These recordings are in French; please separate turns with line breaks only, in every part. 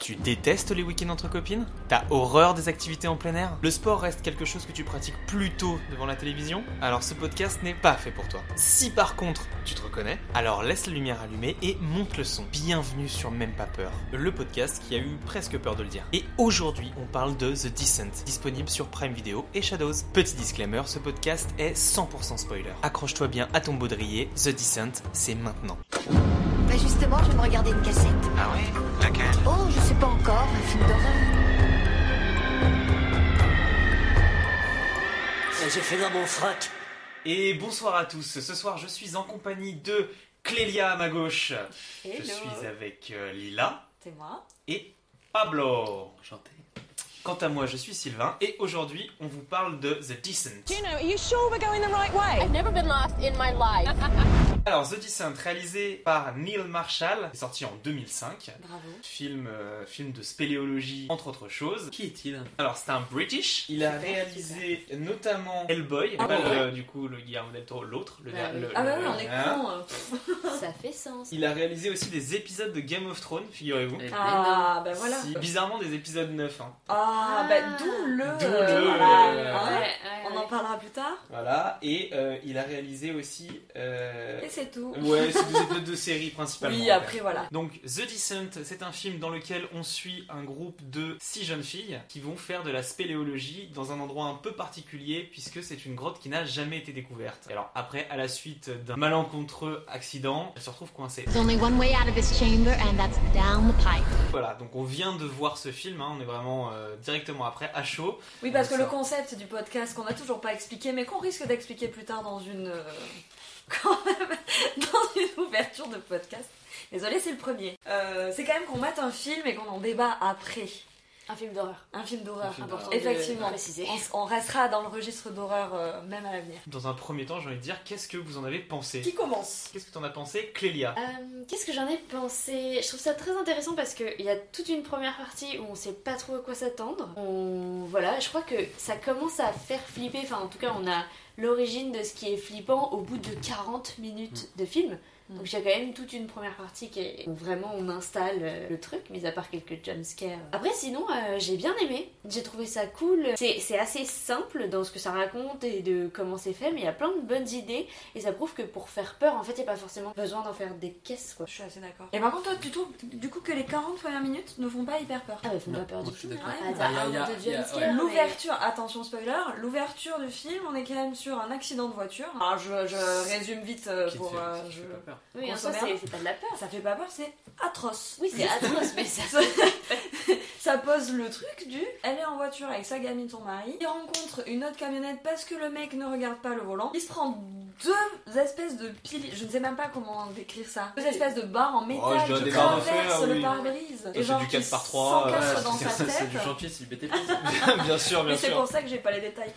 Tu détestes les week-ends entre copines T'as horreur des activités en plein air Le sport reste quelque chose que tu pratiques plutôt devant la télévision Alors ce podcast n'est pas fait pour toi. Si par contre tu te reconnais, alors laisse la lumière allumée et monte le son. Bienvenue sur Même pas peur, le podcast qui a eu presque peur de le dire. Et aujourd'hui on parle de The Descent, disponible sur Prime Video et Shadows. Petit disclaimer, ce podcast est 100% spoiler. Accroche-toi bien à ton baudrier, The Descent, c'est maintenant.
Bah justement, je vais me regarder une cassette.
Ah oui Laquelle
Oh, je sais pas encore, un film d'horreur.
J'ai fait dans mon froc.
Et bonsoir à tous. Ce soir, je suis en compagnie de Clélia à ma gauche. Je
Hello.
suis avec euh, Lila
C'est moi.
et Pablo. Enchanté. Quant à moi, je suis Sylvain et aujourd'hui, on vous parle de The Descent.
Juno, are you sure we're going the right way?
I've
Ah
never been lost in my life.
Alors, The Descent, réalisé par Neil Marshall, est sorti en 2005.
Bravo.
Film, euh, film de spéléologie, entre autres choses.
Qui est-il
Alors, c'est un British. Il a
Super,
réalisé notamment Hellboy,
Ah
pas
bon
le- du coup, le Guillermo del Toro, l'autre. le-
Bah oui.
le-
Ah bah
le-
oui, on est
hein.
con. hein.
Ça fait sens.
Il a réalisé aussi des épisodes de Game of Thrones, figurez-vous.
Ah bah voilà.
Si- bizarrement des épisodes 9. hein.
Ah bah d'où le.
D'où
euh,
le-
voilà, hein.
Ouais,
On en parlera plus tard.
Voilà, et euh, il a réalisé aussi. euh,
Et c'est tout.
Ouais, c'est des épisodes de série principalement. en
Oui,
fait.
après voilà.
Donc, The Descent, c'est un film dans lequel on suit un groupe de six jeunes filles qui vont faire de la spéléologie dans un endroit un peu particulier puisque c'est une grotte qui n'a jamais été découverte. Et alors, après, à la suite d'un malencontreux accident, elles se retrouvent coincées.
There's only one way out of this chamber, and that's down the pipe.
Voilà, donc on vient de voir ce film, hein, on est vraiment euh, directement après, à chaud.
Oui, parce que
C'est
le
ça.
concept du podcast qu'on a toujours pas expliqué, mais qu'on risque d'expliquer plus tard dans une. euh, Quand même, dans une ouverture de podcast. Désolé, c'est le premier. Euh, c'est quand même qu'on mate un film et qu'on en débat après.
Un film d'horreur.
Un film d'horreur.
Important de
Effectivement.
préciser.
On, s- on restera dans le registre d'horreur euh, même à l'avenir.
Dans un premier temps, j'ai envie de dire qu'est-ce que vous en avez pensé
Qui commence
Qu'est-ce que t'en as pensé, Clélia
Euh, Qu'est-ce que j'en ai pensé Je trouve ça très intéressant parce qu'il y a toute une première partie où on sait pas trop à quoi s'attendre. On... Voilà, je crois que ça commence à faire flipper. Enfin, en tout cas, on a l'origine de ce qui est flippant au bout de 40 minutes de film.
Mm.
Donc, il y a quand même toute une première partie qui est où vraiment on installe euh, le truc, mis à part quelques jumpscares. Après, sinon, euh, j'ai bien aimé. J'ai trouvé ça cool. C'est c'est assez simple dans ce que ça raconte et de comment c'est fait, mais il y a plein de bonnes idées. Et ça prouve que pour faire peur, en fait, il n'y a pas forcément besoin d'en faire des caisses, quoi.
Je suis assez d'accord. Et par contre, toi, tu trouves du coup que les 40 premières minutes ne font pas hyper peur
Ah bah, faut
Non,
pas peur
moi,
du
je suis
tout.
d'accord.
Ah,
Ouais, bah, hein,
t'as
y a-
un
y a-
ou deux
y a-
jumpscares,
ouais.
mais-
L'ouverture, attention spoiler, l'ouverture du film, on est quand même sur un accident de voiture. Alors Ah, je, je résume vite euh,
Qui
pour.
te fait-
euh,
qui te
je-
fait pas peur
Oui, en
Grosse
soi, c'est
merde.
c'est pas de la peur.
Ça fait pas peur, c'est atroce.
Oui, c'est atroce, mais ça.
Ça- ça pose le truc du elle est en voiture avec sa gamine son mari il rencontre une autre camionnette parce que le mec ne regarde pas le volant il se prend deux espèces de piles je ne sais même pas comment décrire ça deux espèces de barres en métal
Oh, je dirais
qui
des barres de fer,
traversent le
oui.
pare-brise
c'est du
qui
4 par 3,
Ah,
s'encastrent
euh,
dans
c'est-
sa
c'est-
tête
C'est du chantier, c'est du BTP.
Bien sûr,
Ah. mais c'est pour ça que j'ai pas les détails.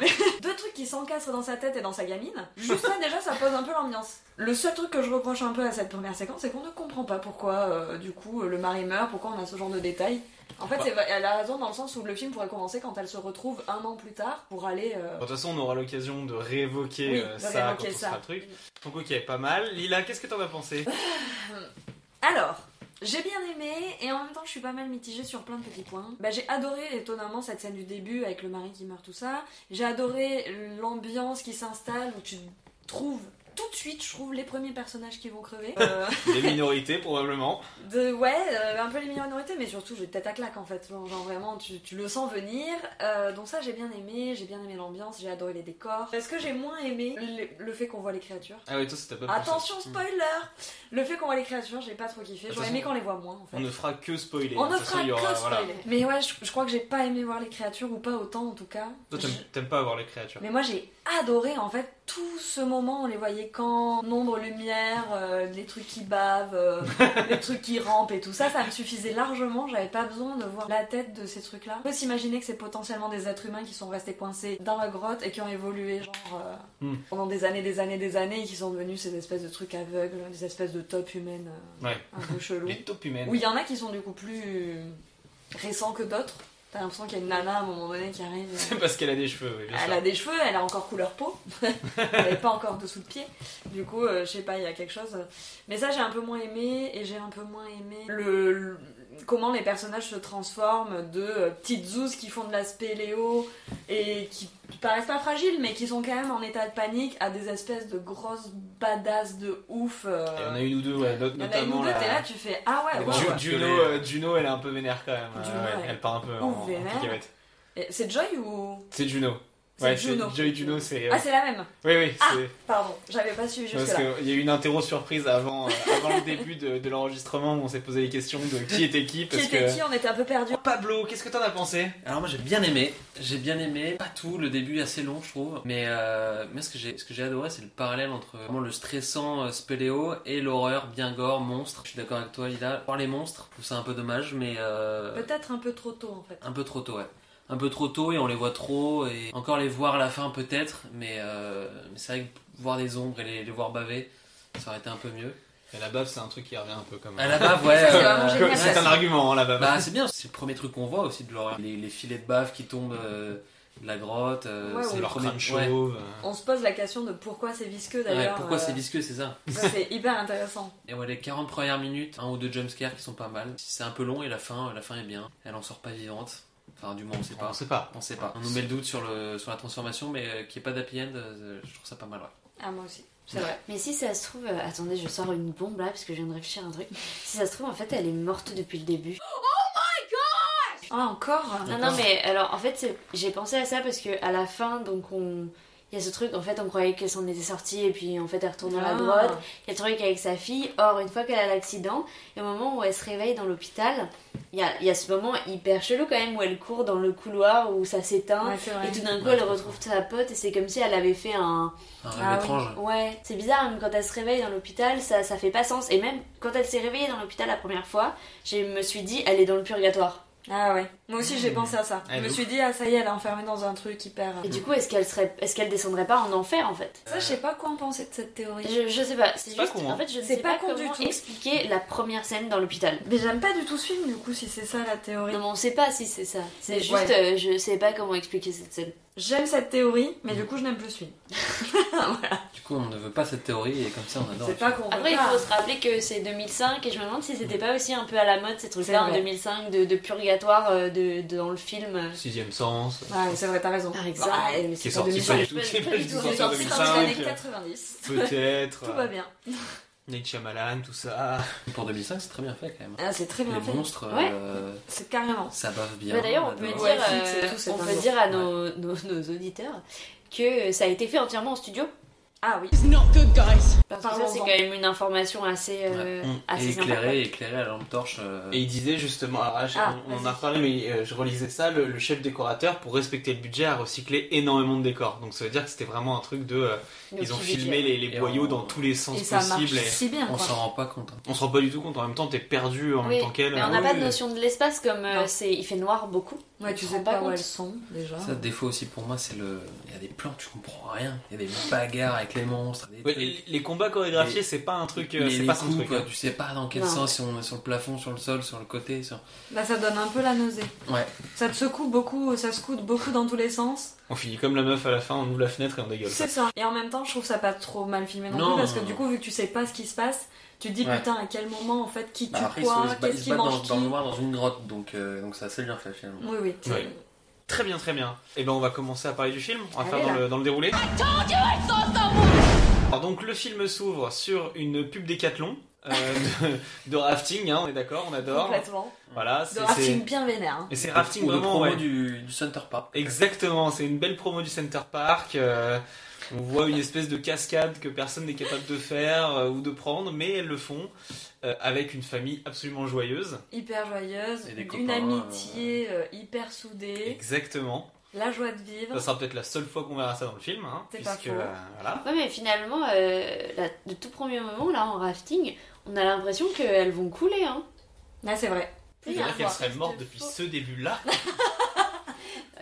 Mais deux trucs qui s'encastrent dans sa tête et dans sa gamine. Juste ça, déjà, ça pose un peu l'ambiance. Le seul truc que je reproche un peu à cette première séquence, c'est qu'on ne comprend pas pourquoi, euh, du coup, le mari meurt, pourquoi on a ce genre de détails. En fait,
Bah.
c'est- elle a raison dans le sens où le film pourrait commencer quand elle se retrouve un an plus tard pour aller. euh,
De toute façon, on aura l'occasion de réévoquer
Oui,
euh,
de
ça
réévoquer
quand on fera
ça.
le truc. Donc ok, pas mal. Lila, qu'est-ce que t'en as pensé
Alors, j'ai bien aimé et en même temps je suis pas mal mitigée sur plein de petits points. Bah, j'ai adoré étonnamment cette scène du début avec le mari qui meurt, tout ça. J'ai adoré l'ambiance qui s'installe où tu trouves tout de suite, je trouve, les premiers personnages qui vont crever. Euh,
Des minorités, probablement.
de, ouais, euh, un peu les minorités, mais surtout j'ai tête à claque en fait. Genre, genre, vraiment, tu, tu le sens venir. Euh, donc ça, j'ai bien aimé, j'ai bien aimé l'ambiance, j'ai adoré les décors. Est-ce que j'ai moins aimé le- le fait qu'on voit les créatures
Ah ouais, toi, c'était pas plus
Attention spoiler Le fait qu'on voit les créatures, j'ai pas trop kiffé. J'aurais aimé qu'on les voit moins en fait.
On ne fera que spoiler.
On
De
ne
toute façon,
fera
il y aura-
que
voilà.
spoiler. Mais ouais, je, je crois que j'ai pas aimé voir les créatures ou pas autant en tout cas.
Toi,
Je-
t'aimes- t'aimes pas avoir les créatures.
Mais moi j'ai adoré en fait tout ce moment, on les voyait quand nombre, lumière, euh, les trucs qui bavent, euh, les trucs qui rampent et tout ça, ça me suffisait largement, j'avais pas besoin de voir la tête de ces trucs-là. On peut s'imaginer que c'est potentiellement des êtres humains qui sont restés coincés dans la grotte et qui ont évolué genre euh,
Hmm.
pendant des années, des années, des années et qui sont devenus ces espèces de trucs aveugles, des espèces de top humaines euh,
Ouais.
un peu chelou.
Les taupes humaines.
Oui, il y en a qui sont du coup plus récents que d'autres. T'as l'impression qu'il y a une nana à un moment donné qui arrive. euh,
C'est parce qu'elle a des cheveux, oui, bien
Elle
sûr.
a des cheveux, elle a encore couleur peau, elle n'est pas encore dessous le pied. Du coup, euh, je sais pas, il y a quelque chose. Mais ça, j'ai un peu moins aimé et j'ai un peu moins aimé le, comment les personnages se transforment de euh, petites zouzes qui font de la spéléo et qui paraissent pas fragiles mais qui sont quand même en état de panique à des espèces de grosses badass de ouf. euh,
Il y en a une ou deux, ouais, not-
il y en a une
notamment
ou deux,
la-
t'es là, tu fais Ah ouais,
Ju-
wow,
Juno,
ouais.
euh, Juno, elle est un peu vénère quand même. euh,
Juno,
ouais,
ouais.
Elle part un peu
Ou
en, en
vénère.
picahuète.
Et C'est Joy ou.
C'est Juno.
C'est
Ouais,
Juno.
c'est Joy Juno, c'est. euh,
Ah, c'est la même
Oui, oui,
Ah,
c'est.
Pardon, j'avais pas suivi
Parce
jusque-là.
qu'il y a eu une interro surprise avant, euh, avant le début de, de l'enregistrement où on s'est posé les questions de qui était qui.
Qui
Parce que...
était
Oh,
qui On était un peu perdus.
Pablo, qu'est-ce que t'en as pensé
Alors moi j'ai bien aimé, j'ai bien aimé, pas tout, le début est assez long je trouve, mais, euh, mais ce que j'ai ce que j'ai adoré c'est le parallèle entre vraiment le stressant euh, spéléo et l'horreur bien gore, monstre. Je suis d'accord avec toi Lila, voir les monstres, je trouve ça un peu dommage mais euh,
Peut-être un peu trop tôt en fait.
un peu trop tôt ouais. Un peu trop tôt et on les voit trop et encore les voir à la fin peut-être, mais, euh, mais c'est vrai que voir des ombres et les, les voir baver, ça aurait été un peu mieux.
La bave, c'est un truc qui revient un peu comme.
À la bave ouais.
Ça, c'est
euh,
vraiment génial,
ouais,
ça,
C'est
Ah, c'est-
un argument, hein, la bave.
Bah c'est bien, c'est le premier truc qu'on voit aussi de l'horreur. Les, les filets de bave qui tombent euh, de la grotte, euh,
Ouais,
c'est
ou
le
leur
premier
crâne
ouais.
chauve. euh.
On se pose la question de pourquoi c'est visqueux
Ouais,
d'ailleurs.
pourquoi
euh,
c'est visqueux, c'est ça.
ça, c'est hyper intéressant.
Et ouais, les 40 premières minutes, un ou deux jumpscares qui sont pas mal. C'est un peu long et la fin, la fin est bien. Elle en sort pas vivante. Enfin, du moins, on sait
On
pas.
sait pas.
On sait pas. On nous met le doute sur, le, sur la transformation, mais euh, qu'il n'y ait pas d'happy end, euh, je trouve ça pas mal. Ouais.
Ah, moi aussi, c'est vrai.
Mais si ça se trouve, euh, attendez, je sors une bombe là parce que je viens de réfléchir à un truc. Si ça se trouve, en fait, elle est morte depuis le début.
Ah, encore
Non, non, mais alors en fait, c'est- j'ai pensé à ça parce que à la fin, donc on. Il y a ce truc, en fait, on croyait qu'elle s'en était sortie et puis en fait, elle
Ah,
retourne dans la grotte. Il y a le truc avec sa fille. Or, une fois qu'elle a l'accident, et au moment où elle se réveille dans l'hôpital, il y a, il y a ce moment hyper chelou quand même où elle court dans le couloir où ça s'éteint.
Ouais, c'est vrai.
Et tout d'un coup,
Ouais,
elle
je
retrouve sa pote et c'est comme si elle avait fait un.
Un rêve
Ah oui.
étrange.
Ouais, c'est bizarre, même quand elle se réveille dans l'hôpital, ça, ça fait pas sens. Et même quand elle s'est réveillée dans l'hôpital la première fois, je me suis dit, elle est dans le purgatoire.
Ah ouais. Moi aussi j'ai pensé à ça.
Ah,
je
de
me
ouf.
suis dit ah ça y est elle est enfermée dans un truc hyper.
Et du coup, est-ce qu'elle serait, est-ce qu'elle descendrait pas en enfer en fait
Ça je sais pas quoi en penser de cette théorie.
je, je sais pas, c'est
C'est pas
juste,
con, hein.
en fait, je ne
C'est
sais
pas
pas,
con du
comment
tout.
expliquer la première scène dans l'hôpital.
Mais j'aime pas du tout ce film du coup si c'est ça la théorie.
Non, mais on sait pas si c'est ça. C'est
Mais
juste,
ouais.
euh, je sais pas comment expliquer cette scène.
J'aime cette théorie mais
Mm.
du coup je n'aime plus ce film.
Du coup, on ne veut pas cette théorie et comme ça, on adore.
C'est pas qu'on veut
Après, il
pas.
faut se rappeler que c'est 2005 et je me demande si
Mm.
c'était pas aussi un peu à la mode ces
C'est
trucs-là en
vrai.
2005 de, de purgatoire euh, de, de- dans le film. euh,
Sixième sens.
Ouais, c'est vrai t'as raison.
Par exemple.
Bah, mais
Qui est
Bah, c'est pas
sorti
2005.
pas du tout, qui est pas du tout sorti en
C'est sorti dans les
euh,
années
2005.
90.
Peut-être.
Tout va bien.
Nate Shyamalan, tout ça.
Pour 2005, c'est très bien fait quand même.
Ah c'est très bien
Les
fait.
monstres,
Ouais.
euh,
C'est carrément.
ça bave bien.
Bah, D'ailleurs, on peut
Hein, adore.
dire,
Ouais, fixe et
euh,
tout, c'est
on
pas
peut
lourd.
dire à nos, nos- nos auditeurs que ça a été fait entièrement en studio.
Ah oui. bah,
It's not good, guys.
Parce que ça,
Parlons-en.
c'est quand même une information assez, euh,
Ouais. Mm.
Ah,
assez
Et
sympa.
éclairé, éclairé à la lampe torche. euh,
Et il disait justement, alors, je-
Ah,
on, on en
vas-y.
a reparlé, mais euh, je relisais ça, le, le chef décorateur, pour respecter le budget, a recyclé énormément de décors. Donc ça veut dire que c'était vraiment un truc de... euh,
Donc,
ils ont
tu veux
filmé
dire-
les, les
Et
boyaux
on-
dans tous les sens
Et ça marche
possibles. et
si bien
on
quoi.
s'en rend pas compte. hein.
on se rend pas du tout compte, en même temps t'es perdu en
Oui,
même temps qu'elle.
Mais on
Ah
n'a pas
oui.
de notion de l'espace comme euh,
Non.
c'est, il fait noir beaucoup.
Ouais
On
tu
se
sais
rend
pas où
compte.
elles sont déjà.
Ça, défaut aussi pour moi, c'est le. Il y a des plans, tu comprends rien. Il y a des bagarres avec les monstres. Des
Ouais,
trucs.
les, les combats chorégraphiés, c'est pas un truc... euh,
Les-
C'est
les
pas son
coups,
truc.
quoi,
hein.
tu sais pas dans quel
Non.
sens, si on est sur le plafond, sur le sol, sur le côté. Sur...
Bah ça donne un peu la nausée.
Ouais.
Ça te secoue beaucoup, ça secoue beaucoup dans tous les sens.
On finit comme la meuf à la fin, on ouvre la fenêtre et on dégueule.
C'est ça. Et en même temps, je trouve ça pas trop mal filmé non,
Non,
plus parce que
non,
du
non.
coup, vu que tu sais pas ce qui se passe, tu te dis
Ouais.
putain à quel moment en fait qui tue
Bah, après, ils se- ils
quoi,
se battent- ils
qu'est-ce
se
qui
battent
mange
dans,
qui.
dans le noir dans une grotte, donc, euh, donc ça, c'est bien fait finalement.
Oui oui. c'est-
Ouais. Très bien, très bien. Et ben on va commencer à parler du film, on va
Allez,
faire dans
là.
le, dans le déroulé. Alors donc le film s'ouvre sur une pub Décathlon euh, de, de rafting, hein, on est d'accord, on adore.
Complètement.
Voilà, c'est
De
c'est-
rafting bien vénère. hein.
et c'est
Ou-
rafting
ou le
vraiment
promo
ouais.
du, du Center Park.
Exactement, c'est une belle promo du Center Park. euh, on voit une espèce de cascade que personne n'est capable de faire euh, ou de prendre, mais elles le font euh, avec une famille absolument joyeuse.
Hyper joyeuse,
Et des
une
copains,
amitié euh, hyper soudée,
Exactement.
la joie de vivre.
Ça sera peut-être la seule fois qu'on verra ça dans le film, hein,
C'est pas
puisque,
faux.
euh, voilà.
Ouais, mais finalement, euh, la- le tout premier moment là en rafting, on a l'impression qu'elles vont couler. Hein.
Là c'est vrai.
Je
Il y a
dirais
un
qu'elle
voir.
serait morte
De
depuis
faux.
ce début-là.
Ouais,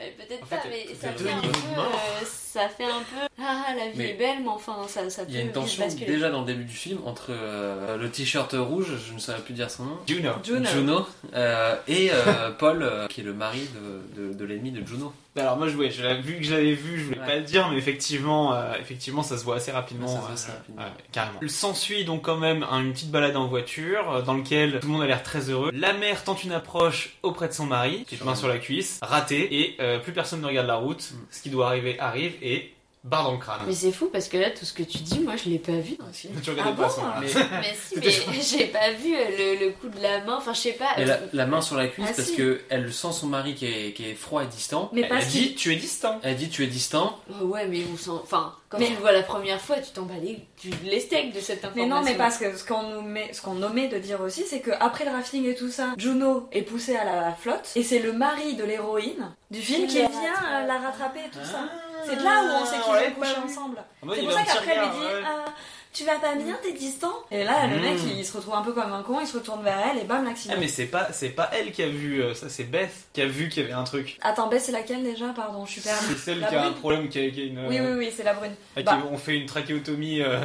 Euh, Peut-être
En
pas,
fait,
mais
elle-
ça
elle
fait un peu.
devient mort.
euh, ça fait un peu ah la vie
Mais
est belle, mais enfin ça, ça peut
Il y a une
vite
tension
basculer.
déjà dans le début du film entre euh, le t-shirt rouge, je ne saurais plus dire son nom,
Juno.
Juno.
Juno, euh, et euh, Paul, euh, qui est le mari de, de- de l'ennemi de Juno.
Alors moi je, ouais, je l'avais- vu que j'avais vu, je voulais
Ouais.
pas le dire, mais effectivement, euh, effectivement, ça se voit assez rapidement.
Ça se voit
euh,
assez rapidement.
ouais, carrément. S'ensuit donc quand même un- une petite balade en voiture, euh, dans lequel tout le monde a l'air très heureux. La mère tente une approche auprès de son mari, qui est main sur la cuisse, ratée, et euh, plus personne ne regarde la route.
Mm.
Ce qui doit arriver arrive et barre dans le crâne.
Mais c'est fou parce que là tout ce que tu dis, moi je l'ai pas vu dans le film.
Tu regardais
Ah
pas
bon
ça, voilà.
Mais-
Mais si,
C'était chaud.
mais j'ai pas vu euh, le, le coup de la main, enfin je sais pas.
Et la, la main sur la cuisse
Ah,
parce
si.
que elle sent son mari qui est, qui est froid et distant.
Mais
Elle a
parce qu'il
dit, tu es distant.
Elle dit tu es distant.
Ouais, euh, Ouais, mais on s'en. Enfin, quand
Mais-
tu le vois la première fois, tu t'en bats les, tu- les steaks de cette
Mais
information.
non, mais parce que ce qu'on nous met, ce qu'on nommait de dire aussi, c'est que après le rafting et tout ça, Juno est poussée à la flotte et c'est le mari de l'héroïne du film qui vient
la
euh,
rattrape.
la rattraper et tout ça. C'est de là où on sait qu'ils
l'avait Ah,
ont
pas
couché
vu.
ensemble.
En mode,
C'est
bah il
pour
va
ça
me tirer
qu'après elle lui dit
derrière, ouais. Hmm.
Ah, tu vas pas bien, t'es distant. Et là, le
Mm.
mec il se retrouve un peu comme un con, il se retourne vers elle et bam l'accident.
Ah, mais c'est pas, c'est pas elle qui a vu euh, ça, c'est Beth qui a vu qu'il y avait un truc.
Attends, Beth, c'est laquelle déjà Pardon, je suis
C'est
perdue.
celle
La
qui a un
brune
problème, qui a, qui a une.
Bah Oui,
euh,
oui, oui, c'est la brune.
Ah, qui-
Bah.
on fait une trachéotomie euh,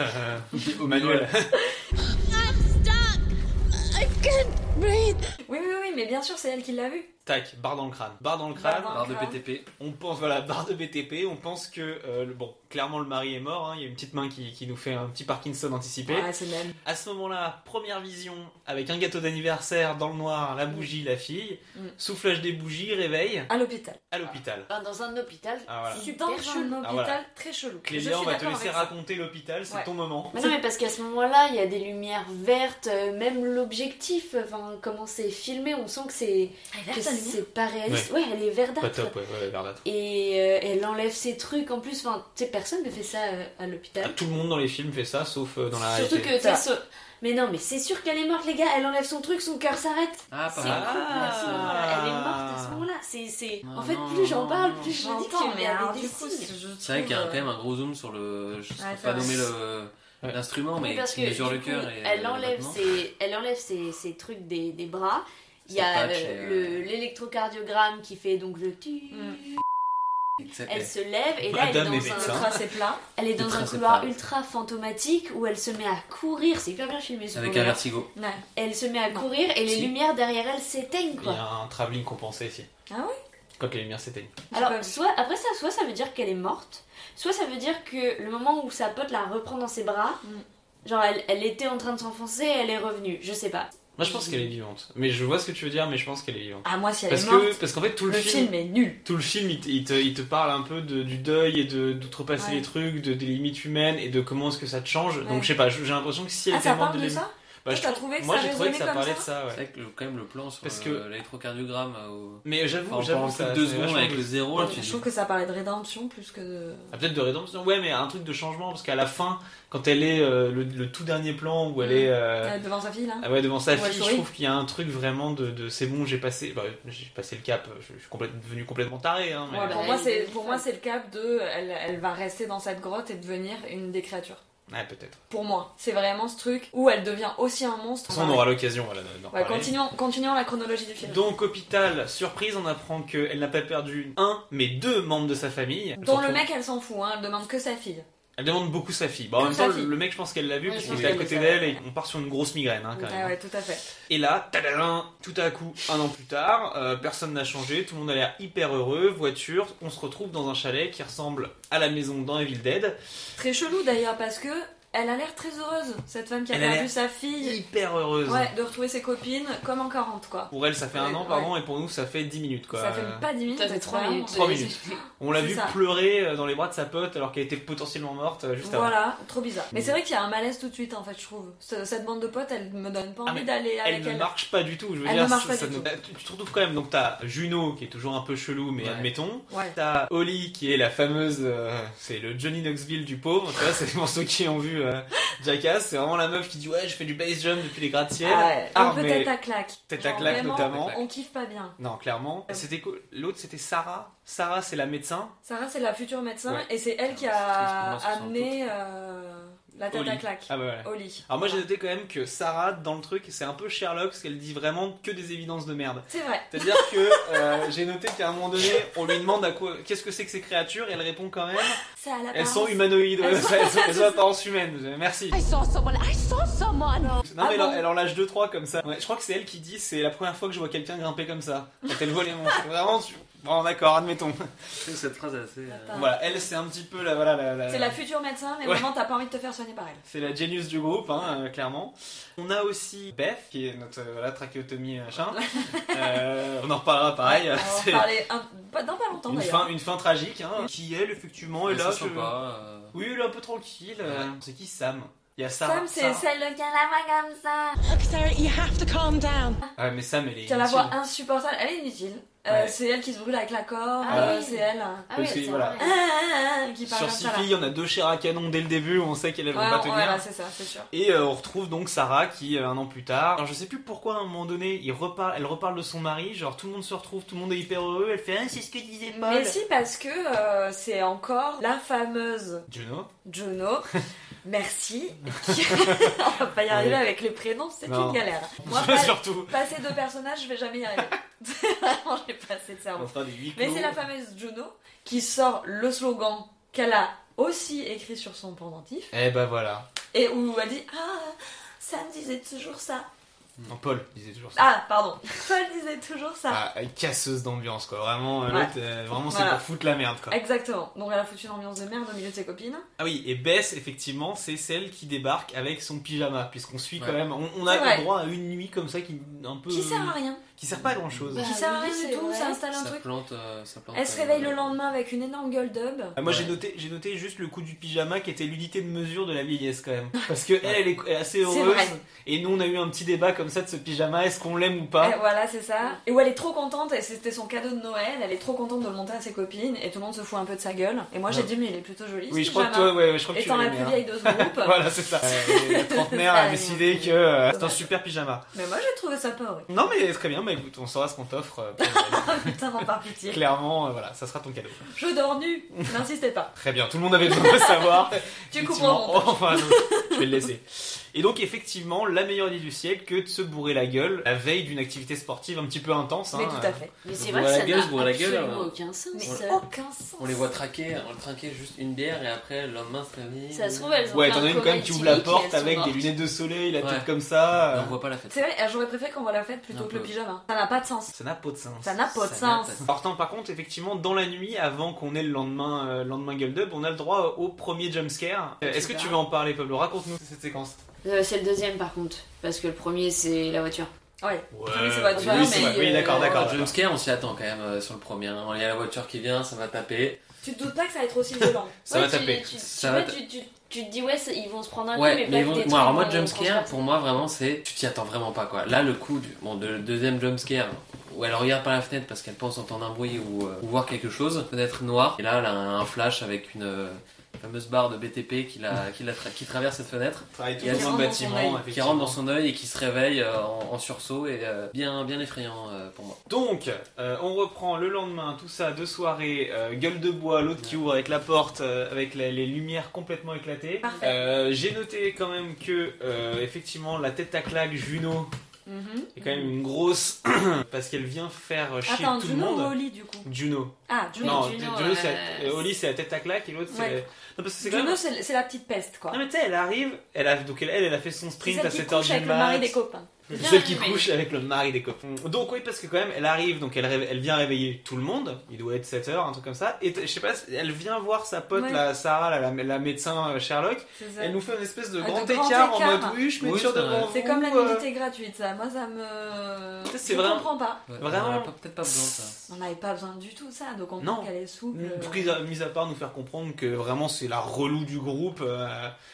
au manuel.
Oui, oui, oui, mais bien sûr, c'est elle qui l'a vu.
Tac, barre dans le crâne. Barre dans le crâne.
Ah,
Barre dans-
Barre de
D'accord.
BTP.
On pense, voilà, barre de BTP. On pense que, euh, le- bon, clairement le mari est mort. hein, Il y a une petite main qui, qui nous fait un petit Parkinson anticipé.
Ouais, c'est elle.
À ce moment-là, première vision avec un gâteau d'anniversaire dans le noir, la bougie, la fille.
Mm.
Soufflage des bougies, réveil
À l'hôpital.
à l'hôpital.
Enfin, dans un hôpital.
Ah, voilà.
C'est Dans un
chelou.
hôpital
Ah, voilà.
très chelou. Je
Clélia,
suis
on va te
d'accord
laisser
avec ça.
raconter l'hôpital, c'est
Ouais.
ton moment.
Mais non, mais parce qu'à ce moment-là, il y a des lumières vertes, euh, même l'objectif, enfin, comment c'est filmé, on sent que
Elle
c'est
est
que
verte, la lumière.
c'est pas réaliste. Ouais, elle est verdâtre.
Pas top, ouais, ouais, verdâtre.
Et euh, elle enlève ses trucs en plus, enfin, tu sais, personne ne fait ça euh, à
Ah,
l'hôpital.
Tout le monde dans les films fait ça, sauf euh, dans la
Surtout
réalité.
que t'as
Ça.
ce- Mais non, mais c'est sûr qu'elle est morte, les gars, elle enlève son truc, son cœur s'arrête.
Ah
C'est
par
cool,
là.
à ce moment-là. Elle est morte à ce moment-là. C'est, c'est...
Ah
En fait, plus j'en parle, plus je me dis
J'entends,
qu'il
mais
y a
alors
des
du coup,
signes.
je
C'est vrai qu'il y a
trouve,
quand même un gros zoom sur le. Je ne
Ouais,
sais
c'est
pas
vrai.
nommer le-
Ouais.
l'instrument, mais
Oui, parce
qui
que
mesure
du
le
coup,
cœur. et,
elle,
euh,
enlève
maintenant.
ses, elle enlève ses, ses trucs des, des bras. Il
Ses
y a
patchs et,
euh,
euh,
le- l'électrocardiogramme qui fait donc le tu.
Mm.
Elle
Exact.
se lève et là elle est
Madame est
dans
euh,
médecin.
un,
Le tracé plat.
elle est dans
Ultra
un couloir
séparée.
ultra fantomatique où elle se met à courir. C'est hyper bien filmé ce
Avec un
moment-là.
vertigo.
Ouais.
Elle se met à
Non.
courir et les
Si.
lumières derrière elle s'éteignent
Il y
quoi.
a un travelling compensé ici.
Ah
oui Quand les lumières s'éteignent.
J'ai pas
Alors,
vu.
soit, après ça, soit ça veut dire qu'elle est morte, soit ça veut dire que le moment où sa pote la reprend dans ses bras, genre elle, elle était en train de s'enfoncer et elle est revenue, je sais pas.
Moi je pense qu'elle est vivante. Mais je vois ce que tu veux dire, mais je pense qu'elle est vivante.
Ah, moi, si elle
Parce
est morte,
que parce qu'en fait tout
le,
le,
film, est nul.
tout le film il te, il te, il te parle un peu de- du deuil et de d'outrepasser
Ouais.
les trucs, de, des limites humaines et de comment est-ce que ça te change.
Ouais.
Donc je sais pas, je- j'ai l'impression que si elle
Ah,
était
ça
morte
parle de
début-
ça
Bah,
Toi,
je
t'as
trou-
trouvé que
moi
ça
j'ai trouvé que
résonnait
ça
comme
parlait
ça
de ça.
C'est
Ouais.
vrai que le- quand même le plan sur
Parce
euh,
que-
l'électrocardiogramme. euh, au-
Mais j'avoue,
Enfin,
j'avoue
pendant
ça.
plus de deux
ça
secondes
vachement
avec le
blessé.
zéro, là, tu
je
dis.
trouve que ça parlait de rédemption plus que de.
Ah, peut-être de rédemption. Ouais, mais un truc de changement parce qu'à la fin, quand elle est euh, le, le tout dernier plan où elle est euh,
Euh, devant sa fille, là.
Ah ouais, devant sa
Ou elle
fille, je
sourit.
trouve qu'il y a un truc vraiment de, de c'est bon, j'ai passé, bah, j'ai passé le cap, je, je suis complètement- devenu complètement taré. Hein, mais-
Ouais,
bah,
pour, moi,
elle
c'est,
est
pour moi, c'est le cap de. Elle, elle va rester dans cette grotte et devenir une des créatures.
Ouais, peut-être.
Pour moi, c'est vraiment ce truc où elle devient aussi un
De
monstre.
toute façon, on aura l'occasion voilà, d'en
Ouais,
reparler.
continuons, continuons la chronologie du film.
Donc, hôpital, surprise, on apprend qu'elle n'a pas perdu un, mais deux membres de sa famille. Elle s'en
Dont le
fout.
mec, elle s'en fout, hein, elle demande que sa fille.
Elle demande beaucoup sa fille. Bon, en
Que
même
sa
temps,
fille.
le mec, je pense qu'elle l'a vu,
Ouais,
parce
je
qu'il
pense
était à
qu'elle
côté
le
d'elle,
savait.
et on part sur une grosse migraine, hein, quand
Ah
même.
ouais, tout à fait.
Et là, tadadin, tout à coup, un an plus tard, euh, personne n'a changé, tout le monde a l'air hyper heureux, voiture, on se retrouve dans un chalet qui ressemble à la maison dans Evil Dead.
Très chelou d'ailleurs parce que elle a l'air très heureuse, cette femme qui a
Elle a
perdu
l'air
sa fille.
Hyper heureuse.
Ouais, de retrouver ses copines comme en 40 quoi.
Pour elle, ça fait un
Ouais,
an, pardon, et pour nous, ça fait 10 minutes, quoi.
Ça fait pas 10 minutes,
Putain,
ça fait
c'est trois
3 minutes.
minutes.
Trois minutes. On l'a
c'est
vu
ça.
pleurer euh, dans les bras de sa pote alors qu'elle était potentiellement morte euh, juste avant.
Voilà, trop bizarre.
Mmh.
Mais c'est vrai qu'il y a un malaise tout de suite en fait, je trouve. Ce- Cette bande de potes, elle me donne pas
Ah,
envie
mais
d'aller
Elle
avec
ne
elle.
marche pas du tout, je veux
Elle
dire.
ne marche
ça-
pas
ça
du
ne- bah,
tout.
Tu, tu te retrouves quand même, donc t'as Juno qui est toujours un peu chelou, mais
Ouais.
admettons.
Ouais.
T'as Holly qui est la fameuse. euh, c'est le Johnny Knoxville du pauvre, tu vois, c'est pour ceux qui ont vu euh, Jackass. C'est vraiment la meuf qui dit Ouais, je fais du base jump depuis les gratte-ciels.
Ah ouais. Un peu
armée.
tête à claque.
Tête à
Genre,
claque
vraiment,
notamment.
On kiffe pas bien.
Non, clairement. C'était quoi L'autre, c'était Sarah. Sarah, c'est la médecin.
Sarah, c'est la future médecin
Ouais. Ah,
et c'est elle qui
C'est triste,
a
pour moi, ça sent
amené. euh, La tête
Au
à
lit.
claque.
Ah bah voilà.
Au lit.
Alors moi j'ai noté quand même que Sarah dans le truc c'est un peu Sherlock parce qu'elle dit vraiment que des évidences de merde.
C'est vrai.
C'est-à-dire que euh, j'ai noté qu'à un moment donné on lui demande à quoi qu'est-ce que c'est que ces créatures et elle répond quand même
C'est à la
elles sont humanoïdes, ouais,
Elles sont-
elles sont elles ont apparence humaine. Merci.
I saw someone. I saw someone.
Non
Ah
mais elle,
bon
en- elle en lâche deux trois comme ça. Ouais, je crois que c'est elle qui dit c'est la première fois que je vois quelqu'un grimper comme ça. Quand elle voit les monstres. Vraiment tu- Bon d'accord admettons.
Je trouve cette phrase assez. euh,
Attends.
Voilà elle c'est un petit peu la voilà la- la-
Ah. C'est la future médecin, mais
Ouais.
vraiment, t'as pas envie de te faire soigner par elle.
C'est la genius du groupe, hein, euh, clairement. On a aussi Beth, qui est notre euh, voilà, trachéotomie machin. Euh, on en reparlera pareil.
On va en
C'est
parler un- pas- dans pas longtemps
une
d'ailleurs.
fin, une fin tragique, hein, qui elle, effectivement, est
assez
là. je-
sympa, euh,
Oui, elle est un peu tranquille. euh, C'est qui Sam Il y a Sarah.
Sam, c'est
Sarah.
celle qui a,
Ah
Look, Sarah, you have to calm down.
Ah, mais Sam, elle est.
qui a la
inutile.
voix insupportable. Elle est inutile. Euh,
Ouais.
C'est elle qui se brûle avec la corde.
Ah
euh,
oui.
C'est elle hein,
Ah
Parce que, voilà.
vrai.
ah, ah, ah, qui parle
Sur
comme
six
ça. là.
filles, on a deux chairs à canon dès le début, on sait qu'elles elles vont
Ouais,
pas tenir.
voilà, c'est ça, c'est sûr.
Et euh, on retrouve donc Sarah qui, euh, un an plus tard, alors je sais plus pourquoi à un moment donné, il reparle, elle reparle de son mari, genre tout le monde se retrouve, tout le monde est hyper heureux, elle fait ah, c'est ce que disait Paul.
Mais si, parce que euh, c'est encore la fameuse
Juno
Juno. Merci. qui- On va pas y arriver
Oui.
avec les prénoms, c'est
Non.
une galère. Moi, pas-
Surtout.
passer deux personnages, je vais jamais y arriver. Vraiment, j'ai pas assez de cerveau.
On fera des huis
Mais
clos.
c'est la fameuse Juno qui sort le slogan qu'elle a aussi écrit sur son pendentif
Eh ben voilà.
et où elle dit Ah, Sam disait toujours ça.
Non, Paul disait toujours ça.
Ah, pardon, Paul disait toujours ça.
Ah, euh, casseuse d'ambiance quoi. Vraiment, euh,
Ouais.
l'autre, euh, vraiment c'est
Voilà. Ah,
pour foutre la merde quoi.
Exactement. Donc elle a foutu une ambiance de merde au milieu de ses copines.
Ah oui, et Bess effectivement, c'est celle qui débarque avec son pyjama puisqu'on suit quand
Ouais.
même. On, on
C'est
a
vrai.
le droit à une nuit comme ça qui un peu
Qui sert à rien.
qui sert pas à grand chose.
Bah,
qui sert à
oui,
rien
c'est
du tout.
vrai.
Ça installe un
Ça
truc.
plante. euh, ça plante,
Elle se
euh,
réveille le lendemain avec une énorme gueule d'ub.
Ah, moi j'ai
Ouais.
noté j'ai noté juste le coup du pyjama qui était l'unité de mesure de la vieillesse quand même parce que elle elle est elle est assez
C'est
heureuse
vrai.
et nous on a eu un petit débat comme ça de ce pyjama est-ce qu'on l'aime ou
Et
pas
voilà, c'est ça. Et où elle est trop contente, et c'était son cadeau de Noël, elle est trop contente de le monter à ses copines, et tout le monde se fout un peu de sa gueule. Et moi j'ai
Ouais.
dit, mais il est plutôt joli.
Oui
ce
je crois que
pyjama.
toi ouais, ouais, je crois que tu
Étant la
l'aimais,
plus
hein.
vieille de ce groupe.
Voilà, c'est ça. Euh, le trentenaire a décidé que euh, c'est un super pyjama.
Mais moi j'ai trouvé ça pas horrible.
Non, mais très bien, bah, écoute, on saura ce qu'on t'offre. euh, pour-
Putain, non, par pitié.
Clairement, euh, voilà, ça sera ton cadeau.
Je dors nu, n'insistez pas.
Très bien, tout le monde avait besoin de le savoir.
Tu
Effectivement.
comprends.
Oh, enfin, non, je vais le laisser. Et donc, effectivement, la meilleure idée du siècle que de se bourrer la gueule la veille d'une activité sportive un petit peu intense.
Mais
hein,
tout à fait.
Mais
se
c'est vrai
bourre la
que ça
gueule, se bourre
n'a
la gueule,
absolument
hein.
aucun sens.
Mais
ça.
aucun sens.
On les voit traquer, on le trinquait juste une bière et après le lendemain se réveille.
Ça se trouve, elles
euh.
ont
Ouais,
fait
t'en
un
as une quand même qui ouvre
coma
la porte
éthylique et elles
avec
sont
des
mortes.
lunettes de soleil, la tête
Ouais.
comme ça.
On
euh.
voit pas la fête.
C'est vrai, ah, j'aurais préféré qu'on voit la fête plutôt
Un
que le
peu.
pyjama. Ça n'a pas de sens.
Ça n'a pas de sens.
Ça n'a pas de
Ça n'a
sens.
pas de
Alors, tant, par contre, effectivement, dans la nuit, avant qu'on ait le lendemain, euh, lendemain Guild Up, on a le droit au premier jumpscare. Euh, Est-ce que tu veux en parler, Pablo Raconte-nous cette séquence.
Euh, C'est le deuxième par contre, parce que le premier c'est la voiture.
Ouais.
Ouais.
Oui, c'est votre
Oui,
genre,
c'est
mais,
vrai. Oui,
euh,
d'accord,
Le
d'accord.
jumpscare, on s'y attend quand même euh, sur le premier. hein. Il y a la voiture qui vient, ça va taper.
Tu te doutes pas que ça va être aussi violent.
Ça
Ouais,
va
tu-
taper.
Tu, tu
Ça
vois,
va ta-
tu, tu- tu te dis ouais, c'est- ils vont se prendre un coup,
Ouais,
mais,
mais
pas
bon,
que des
moi, alors
trucs,
moi,
euh,
jumpscare,
transpercent.
pour moi, vraiment, c'est. Tu t'y attends vraiment pas, quoi. Là, le coup du. Bon, de- le deuxième jumpscare, où elle regarde par la fenêtre parce qu'elle pense entendre un bruit ou, euh, ou voir quelque chose, peut-être noir. Et là, elle a un, un flash avec une euh, fameuse barre de BTP qui, la, qui, la tra- qui traverse cette fenêtre,
Travaille tout
Il y a
le temps dans le
des gens dans son
bâtiment,
œil
qui rentre dans son œil et qui se réveille euh, en, en sursaut. Et euh, bien, bien effrayant euh, pour moi.
Donc, euh, on reprend le lendemain, tout ça, deux soirées, euh, gueule de bois, l'autre qui ouvre avec la porte, euh, avec la- les lumières complètement éclatées.
Parfait.
Euh, J'ai noté quand même que, euh, effectivement, la tête à claque Juno
Mhm.
est quand même une grosse, parce qu'elle vient faire chier
Attends,
tout le
Juno ou
monde.
Oli du coup
Juno.
Ah, Juno.
non,
Juno,
Juno, c'est
euh,
la- euh, Oli, c'est la tête à claque et l'autre, c'est.
Ouais.
la- Non, parce que c'est quand
Juno,
même.
c'est c'est la petite peste quoi.
Non, mais tu sais, elle arrive, elle a, donc elle, elle, elle a fait son
C'est
sprint à
celle qui
7h
couche
du
avec le mari
mat.
des copains.
C'est
Bien
Celle qui
animé.
couche avec le mari des copains. Donc oui, parce que quand même, elle arrive, donc elle, réve- elle vient réveiller tout le monde. Il doit être 7h, un truc comme ça. Et t- je sais pas, elle vient voir sa pote,
Ouais.
la Sarah, la, la- la médecin euh, Sherlock.
C'est ça.
Elle nous fait une espèce de
Ah,
grand,
de grand
écart, en
écart.
mode oui, je mets
Oui,
sur
c'est
devant
vrai.
vous.
C'est comme la
euh,
nudité gratuite, ça. Moi, ça me.
Ça, c'est
Je
vraiment-
comprends pas.
Ouais,
Vraiment.
on a pas- Peut-être pas besoin de ça.
On n'avait pas besoin du tout de ça, donc on
Non.
trouve qu'elle est souple.
Prise à- Mis à part nous faire comprendre que vraiment c'est la relou du groupe euh,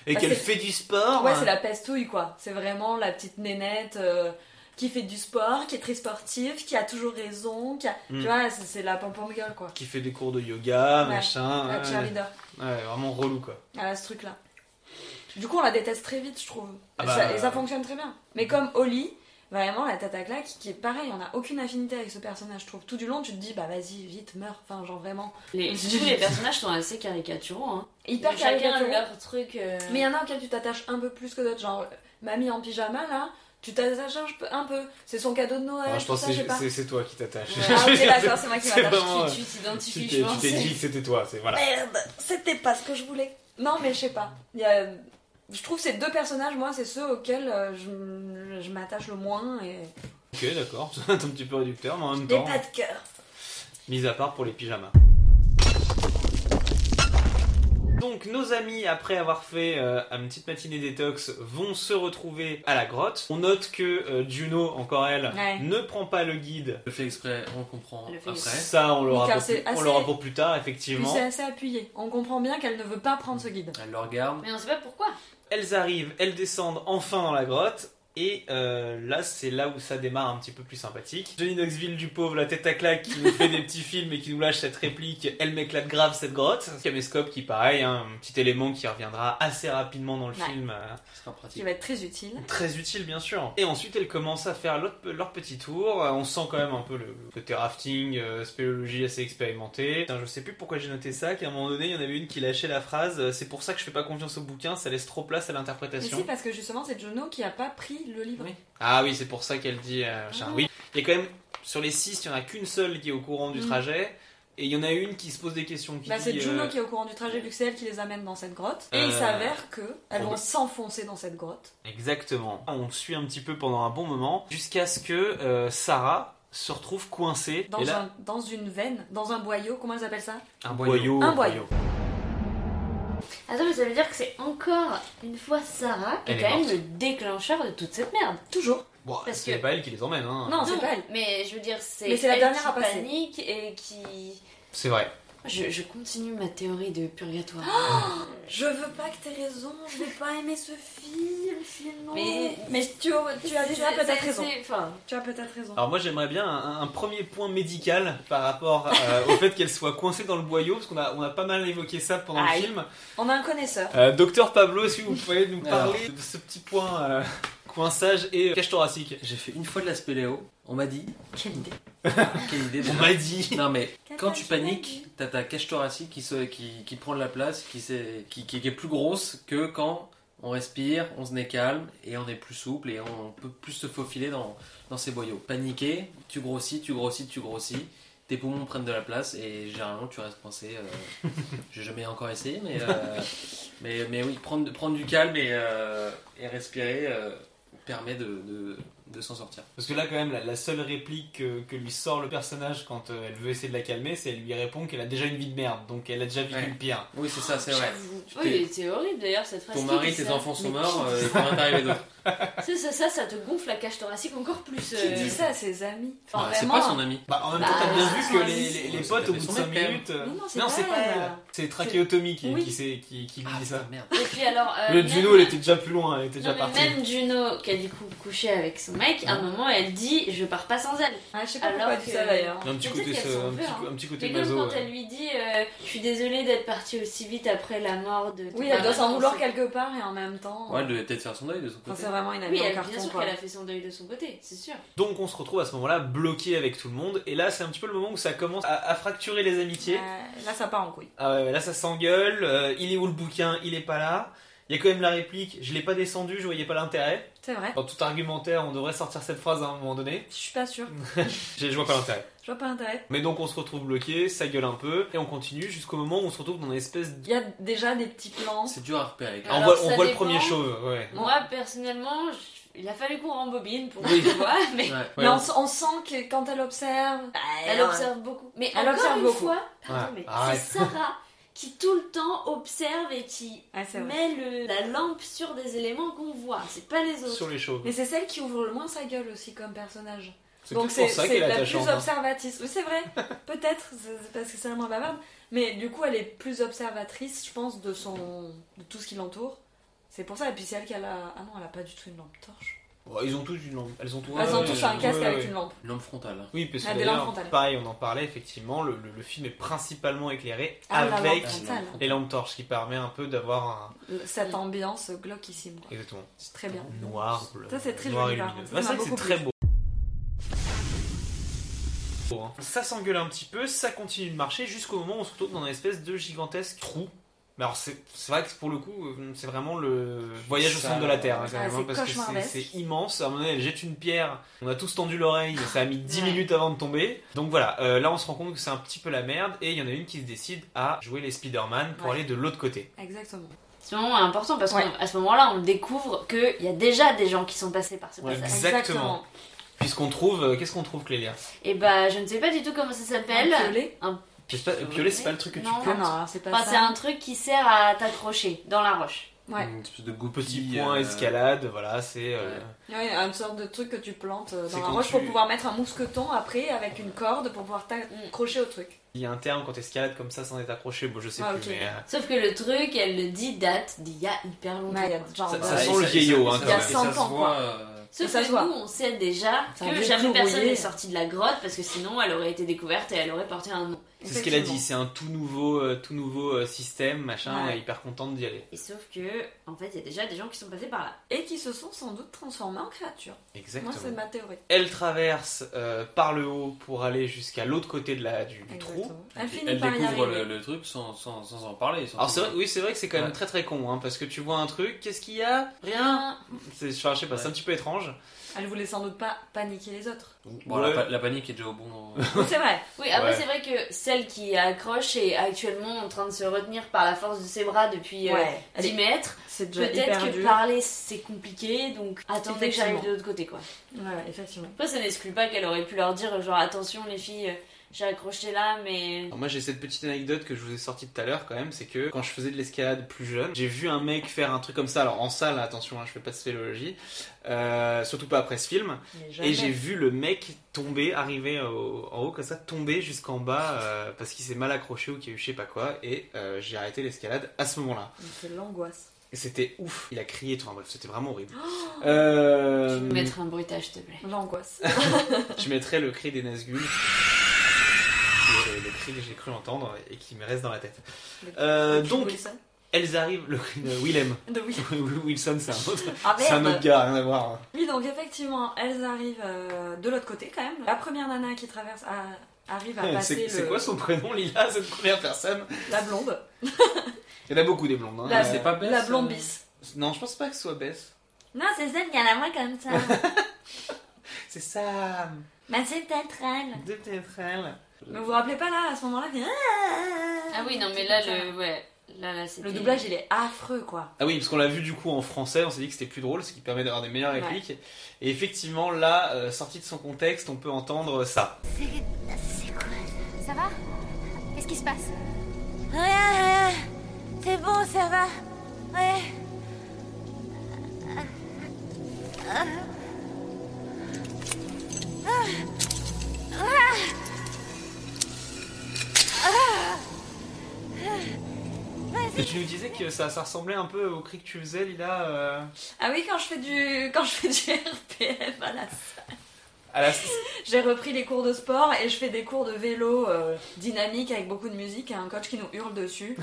et
Bah,
qu'elle
c'est-
fait du sport.
Ouais,
hein.
c'est la pestouille, quoi. C'est vraiment la petite nénette euh, qui fait du sport, qui est très sportive, qui a toujours raison, qui a...
Mm.
Tu vois, c'est c'est la pom-pom girl, quoi.
euh, Qui fait des cours de yoga,
Ouais.
machin.
La
ouais.
cheerleader.
Ouais, vraiment relou quoi.
Elle a ce truc-là. Du coup, on la déteste très vite, je trouve.
Ah
Et
bah,
ça- et ça
euh,
fonctionne très bien. Mais comme Oli Vraiment, la tête à claque, qui est pareil, on n'a aucune affinité avec ce personnage, je trouve. Tout du long, tu te dis, bah vas-y, vite, meurs. Enfin, genre vraiment.
Les, tous les personnages sont assez caricaturaux. Hein.
Hyper
Chacun a
caricaturaux.
leur truc. euh,
Mais il y en a auxquels tu t'attaches un peu plus que d'autres. Genre, euh, mamie en pyjama, là, tu t'attaches un peu- un peu. C'est son cadeau de Noël.
Ah, je
tout
pense
ça,
que
je sais
c'est-
pas.
c'est c'est toi qui t'attaches.
Ah, ok, d'accord, c'est moi qui
C'est
m'attache.
vraiment,
euh, Tu tu
Tu
t'identifies,
t'es
je
tu
pense.
t'es dit que c'était toi, c'est voilà.
Merde, c'était pas ce que je voulais. Non, mais je sais pas. Il y a- Je trouve ces deux personnages, moi, c'est ceux auxquels euh, je, je m'attache le moins. Et...
Ok, d'accord, c'est un petit peu réducteur, mais en même
J'ai
temps,
pas de cœur.
mis à part pour les pyjamas. Donc nos amis, après avoir fait euh, une petite matinée détox, vont se retrouver à la grotte. On note que euh, Juno, encore elle,
Ouais.
ne prend pas le guide.
Le fait exprès, on comprend
Le fait
après.
exprès.
Ça, on l'aura
car
pour,
c'est
plus- on
assez-
l'aura pour plus tard,
Puis
effectivement.
c'est assez appuyé. On comprend bien qu'elle ne veut pas prendre ce guide.
Elle le regarde.
Mais on sait pas pourquoi.
Elles arrivent, elles descendent enfin dans la grotte. Et euh, là, c'est là où ça démarre un petit peu plus sympathique. Johnny Knoxville du pauvre, la tête à claque, qui nous fait des petits films et qui nous lâche cette réplique « Elle m'éclate grave cette grotte ». Caméscope qui, pareil, hein, un petit élément qui reviendra assez rapidement dans le
Ouais.
film. euh,
Ce sera pratique.
Qui va être très utile.
Très utile, bien sûr. Et ensuite, elles commencent à faire leur, leur petit tour. Euh, On sent quand même un peu le côté rafting, euh, spéléologie assez expérimentée. Putain, je sais plus pourquoi j'ai noté ça, qu'à un moment donné, il y en avait une qui lâchait la phrase euh, C'est pour ça que je fais pas confiance au bouquin, ça laisse trop place à
Mais
l'interprétation.
si, parce que justement, c'est Jono qui a pas pris le livre.
Oui.
Ah oui, c'est pour ça qu'elle dit euh,
Ah.
machin. Oui. Il y a quand même, sur les 6, il n'y en a qu'une seule qui est au courant du
Mm.
trajet. Et il y en a une qui se pose des questions. Qui
Bah, c'est
dit,
Juno
euh,
qui est au courant du trajet, vu que c'est elle qui les amène dans cette grotte. Et
Euh,
il s'avère que elles
on-
vont s'enfoncer dans cette grotte.
Exactement. On suit un petit peu pendant un bon moment, jusqu'à ce que euh, Sarah se retrouve coincée.
Dans,
et là,
un- dans une veine, dans un boyau, comment ils appellent ça
un boyau.
Un boyau.
Attends, mais ça veut dire que c'est encore une fois Sarah qui
Elle
est
est
quand même
morte.
le déclencheur de toute cette merde.
Toujours.
Bon,
Parce
c'est
que-
pas elle qui les emmène, hein.
Non, c'est pas elle.
Mais je veux dire, c'est
Mais c'est la
elle
dernière
qui
à passer.
panique et qui.
C'est vrai.
Je, je continue ma théorie de purgatoire.
Je veux pas que t'aies raison, je vais pas aimer ce film, finalement.
Mais-
Mais, tu, as- tu as, tu as
C'est-
peut-être
c'est-
raison.
c'est- Enfin,
Tu as peut-être raison.
Alors moi j'aimerais bien un, un premier point médical par rapport euh, au fait qu'elle soit coincée dans le boyau, parce qu'on a, on a pas mal évoqué ça pendant
Aïe.
le film.
On a un connaisseur.
Euh, Docteur Pablo, si vous pouvez nous
Alors.
parler de ce petit point euh, coinçage et euh, cache thoracique.
J'ai fait une fois de la spéléo. On m'a dit.
Quelle idée.
Quelle idée
On
déjà.
m'a dit.
Non mais quand tu
Catastrophe.
paniques, t'as ta cage thoracique qui, se, qui, qui prend de la place, qui, s'est- qui, qui- qui est plus grosse que quand on respire, on se met calme et on est plus souple et on peut plus se faufiler dans, dans ces boyaux. Paniquer, tu grossis, tu grossis, tu grossis, tes poumons prennent de la place et généralement tu restes coincé. euh, J'ai jamais encore essayé, mais, euh, mais, mais oui, prendre, prendre du calme et, euh, et respirer euh, permet de, de, de s'en sortir.
Parce que là quand même la, la seule réplique que, que lui sort le personnage quand euh, elle veut essayer de la calmer, c'est elle lui répond qu'elle a déjà une vie de merde, donc elle a déjà vécu
Ouais.
le pire.
Oui, c'est ça, c'est vrai. Tu t'es-
oui, c'est horrible d'ailleurs cette phrase.
Ton
qui
mari,
dit
tes
ça
enfants sont
Mais
morts,
qui-
euh, il peut rien t'arriver d'autre.
Ça, ça, ça, ça te gonfle la cage thoracique encore plus.
Qui
euh,
dit ça à ses amis Enfin,
Ah, c'est
vraiment,
pas son ami.
Bah en même
Bah,
temps t'as bien
c'est
vu
son
que
ami.
les, les- les
Ouais,
potes
c'était
au bout de
son
5
mec, quand même.
minutes... euh,
Non, non, c'est
Non
pas
c'est pas
elle.
elle. C'est trachéotomie qui,
Oui.
qui, s'est- qui, qui lui dit ça.
merde.
Et puis alors. euh,
Le
même-
Juno, elle était déjà plus loin, elle était
Ah,
déjà
Non, mais
partie.
même Juno, qui a du coup couché avec son mec, à un moment elle dit Je pars pas sans elle.
Ah, je sais pas
Alors
pourquoi elle dit
que-
ça d'ailleurs.
Il y a Un petit
Mais
côté,
peut-être
ce-
qu'elles sont
un petit,
peur,
co- un petit côté
C'est comme
maso,
quand
ouais.
elle lui dit euh, Je suis désolée d'être partie aussi vite après la mort de. ton
Oui, elle doit
mari.
s'en vouloir quelque part et en même temps.
Ouais, elle devait peut-être faire son deuil de son
Enfin,
côté.
c'est vraiment une amie
Oui,
en
elle,
carton.
bien sûr
quoi.
qu'elle a fait son deuil de son côté, c'est sûr.
Donc on se retrouve à ce moment-là bloqué avec tout le monde. Et là, c'est un petit peu le moment où ça commence à, à fracturer les amitiés.
Euh, Là, ça part en couille.
Ah ouais, là, ça s'engueule. euh, il est où le bouquin Il est pas là. Il y a quand même la réplique. Je l'ai pas descendu, je voyais pas l'intérêt.
C'est vrai.
Dans tout argumentaire, on devrait sortir cette phrase à un moment donné.
Je suis pas sûre.
J'ai- Je vois pas l'intérêt.
Je vois pas l'intérêt.
Mais donc on se retrouve bloqué, ça gueule un peu, et on continue jusqu'au moment où on se retrouve dans une espèce. De...
Il y a déjà des petits plans.
C'est dur à repérer.
Ah, on
Alors,
voit,
ça
on voit le
dépend.
premier chauve. Ouais.
Moi, personnellement, je- il a fallu qu'on rembobine pour
Oui.
que je vois, mais
Ouais.
Mais on, s- on sent que quand elle observe.
elle observe beaucoup. Mais
Elle
encore
observe
une
beaucoup.
fois, pardon,
Ouais,
mais
arrête.
c'est Sarah qui tout le temps observe et qui
Ah, c'est vrai.
met le- la lampe sur des éléments qu'on voit, c'est pas les autres.
Sur les chauves.
Mais c'est celle qui ouvre le moins sa gueule aussi comme personnage.
C'est
Donc
peut-être pour
c'est
ça
c'est
qu'elle est
la plus
attachante. hein.
observatrice. Oui, c'est vrai, peut-être, c'est- c'est parce que c'est la moins bavarde. Mais du coup, elle est plus observatrice, je pense, de, son... de tout ce qui l'entoure. C'est pour ça. Et puis c'est elle qui a la... Ah non, elle a pas du tout une lampe torche.
Oh, ils ont tous une lampe. Elles ont tous,
Elles ont
ouais,
tous
ouais,
un casque
ouais,
avec
ouais.
une lampe.
Une lampe frontale.
Oui, parce que
Ah, des
d'ailleurs,
lampes frontales.
pareil, on en parlait effectivement, le, le- le film est principalement éclairé
Ah, la
avec
lampe frontale.
les lampes torches, qui permet un peu d'avoir un...
Cette ambiance glauquissime, quoi.
Exactement.
C'est très bien.
Noir, bleu.
Ça, c'est très
noir
joli,
et
par
lumineux.
contre. Ça
Ouais, c'est
m'a
vrai que
beaucoup
c'est très beau. Bon, hein. Ça s'engueule un petit peu, ça continue de marcher jusqu'au moment où on se retrouve dans un espèce de gigantesque trou. Mais alors c'est c'est vrai que pour le coup, euh, c'est vraiment le voyage au
Ça,
centre de la Terre. hein,
ah,
carrément,
c'est
parce que c'est-
cauchemardesque.
c'est immense. À un moment donné, elle jette une pierre. On a tous tendu l'oreille, mais ça a mis 10
Ouais.
minutes avant de tomber. Donc voilà, euh, là on se rend compte que c'est un petit peu la merde. Et il y en a une qui se décide à jouer les Spider-Man pour
Ouais.
aller de l'autre côté.
Exactement.
Ce moment est important parce
Ouais.
qu'à ce moment-là, on découvre qu'il y a déjà des gens qui sont passés par ce
Ouais,
passage.
Exactement. Puisqu'on trouve. euh, Qu'est-ce qu'on trouve, Clélia
Et bah, je ne sais pas du tout comment ça s'appelle.
Un piolet
Je sais pas, euh, Piolet, c'est pas le truc que tu
Non.
Ah
plantes.
non, alors c'est pas
Enfin, c'est
ça.
un truc qui sert à t'accrocher dans la roche.
Ouais.
Une espèce de
Petit
goupille.
point,
euh,
escalade, voilà, c'est. euh,
Ouais.
Ouais, une sorte de truc que tu plantes euh,
C'est
dans la
quand
roche
tu-
pour pouvoir mettre un mousqueton après avec une corde pour pouvoir t'accrocher au truc.
Il y a un terme quand escalade comme ça sans être accroché, bon je sais
Ah,
plus,
ok.
mais. euh,
Sauf que le truc, elle le dit, date d'il y a hyper longtemps.
Ouais, il y a genre,
Ça-
euh,
ça sent
et
le
et
vieillot, hein, quand
et
même.
ça- et
Il y a
ça
100 ans,
se voit,
quoi.
euh,
Sauf
Ça
que
se voit.
nous, on sait déjà
C'est un
que
vieux
jamais
tout
personne
rouillé.
n'est sorti de la grotte parce que sinon, elle aurait été découverte et elle aurait porté un nom.
C'est ce qu'elle a dit,
effectivement.
c'est un tout nouveau, euh, tout nouveau euh, système, machin,
Ouais.
on est hyper contente d'y aller.
Et sauf que, en fait, il y a déjà des gens qui sont passés par là.
Et qui se sont sans doute transformés en créatures.
Exactement.
Moi, c'est ma théorie.
Elle traverse euh, par le haut pour aller jusqu'à l'autre côté de la, du, du trou.
Exactement. Elle finit
Elle
par y
découvre
arriver.
le, le truc sans, sans, sans en parler. sans-
Alors c'est vrai, oui c'est vrai que c'est quand même
Ouais.
très très con, hein, parce que tu vois un truc, qu'est-ce qu'il y a Rien C'est- enfin, Je sais pas, c'est un
Ouais.
petit peu étrange.
Elle voulait sans doute pas paniquer les autres.
Bon,
Ouais.
la, pa- la panique est déjà au bon.
c'est vrai.
Oui, après,
Ouais.
c'est vrai que celle qui accroche est actuellement en train de se retenir par la force de ses bras depuis euh,
Ouais. Elle
10
est-
mètres.
C'est déjà
Peut-être
hyper
que
dur.
parler, c'est compliqué, donc attendez que j'arrive
Effectivement.
de l'autre côté, quoi.
Ouais, effectivement.
Après, ça n'exclut pas qu'elle aurait pu leur dire, genre, attention les filles, euh, j'ai accroché là, mais.
Alors moi j'ai cette petite anecdote que je vous ai sortie tout à l'heure quand même, c'est que quand je faisais de l'escalade plus jeune, j'ai vu un mec faire un truc comme ça, alors en salle, attention, hein, je fais pas de spéléologie, euh, surtout pas après ce film, Et j'ai vu le mec tomber, arriver au- en haut comme ça, tomber jusqu'en bas euh, parce qu'il s'est mal accroché ou qu'il y a eu je sais pas quoi. Et euh, j'ai arrêté l'escalade à ce moment-là.
C'est l'angoisse.
Et c'était ouf. Il a crié, tout. Enfin, bref, c'était vraiment horrible. Euh,
Je vais mettre un bruitage, s'il te plaît.
L'angoisse.
je mettrai le cri des Nazgûl. Qui est Le, le cri que j'ai cru entendre et qui me reste dans la tête. Euh,
Tu
donc,
voulais ça
elles arrivent. Le cri de Willem.
De oui.
Wilson, c'est un autre,
Ah
c'est un
merde.
autre gars, rien à voir. hein.
Oui, donc effectivement, elles arrivent euh, de l'autre côté quand même. La première nana qui traverse a- arrive à passer
Eh, C'est c'est
le-
quoi son prénom, Lila, cette première personne
la blonde.
Il y en a beaucoup des blondes. hein.
La-
Euh,
c'est pas bête.
La blonde bis.
Non, je pense pas que ce soit Bess.
Non, c'est celle qui a la main comme ça.
C'est ça.
bah, c'est peut-être elle.
De peut-être elle.
Mais vous vous rappelez pas là, à ce moment-là c'est-
Ah oui, non, mais là, le. Ouais. Là, là, c'était-
Le doublage, il est affreux, quoi.
Ah oui, parce qu'on l'a vu du coup en français, on s'est dit que c'était plus drôle, ce qui permet d'avoir des meilleures
Ouais.
répliques. Et effectivement, là, euh, sorti de son contexte, on peut entendre euh, ça.
C'est quoi
Ça va Qu'est-ce qui se passe
Rien, rien. C'est bon, ça va. Ouais.
Et tu nous disais que ça, ça ressemblait un peu au cri que tu faisais, Lila, euh,
Ah oui, quand je fais du, quand je fais du RPM à la
à la...
J'ai repris les cours de sport et je fais des cours de vélo euh, dynamique avec beaucoup de musique et un coach qui nous hurle dessus.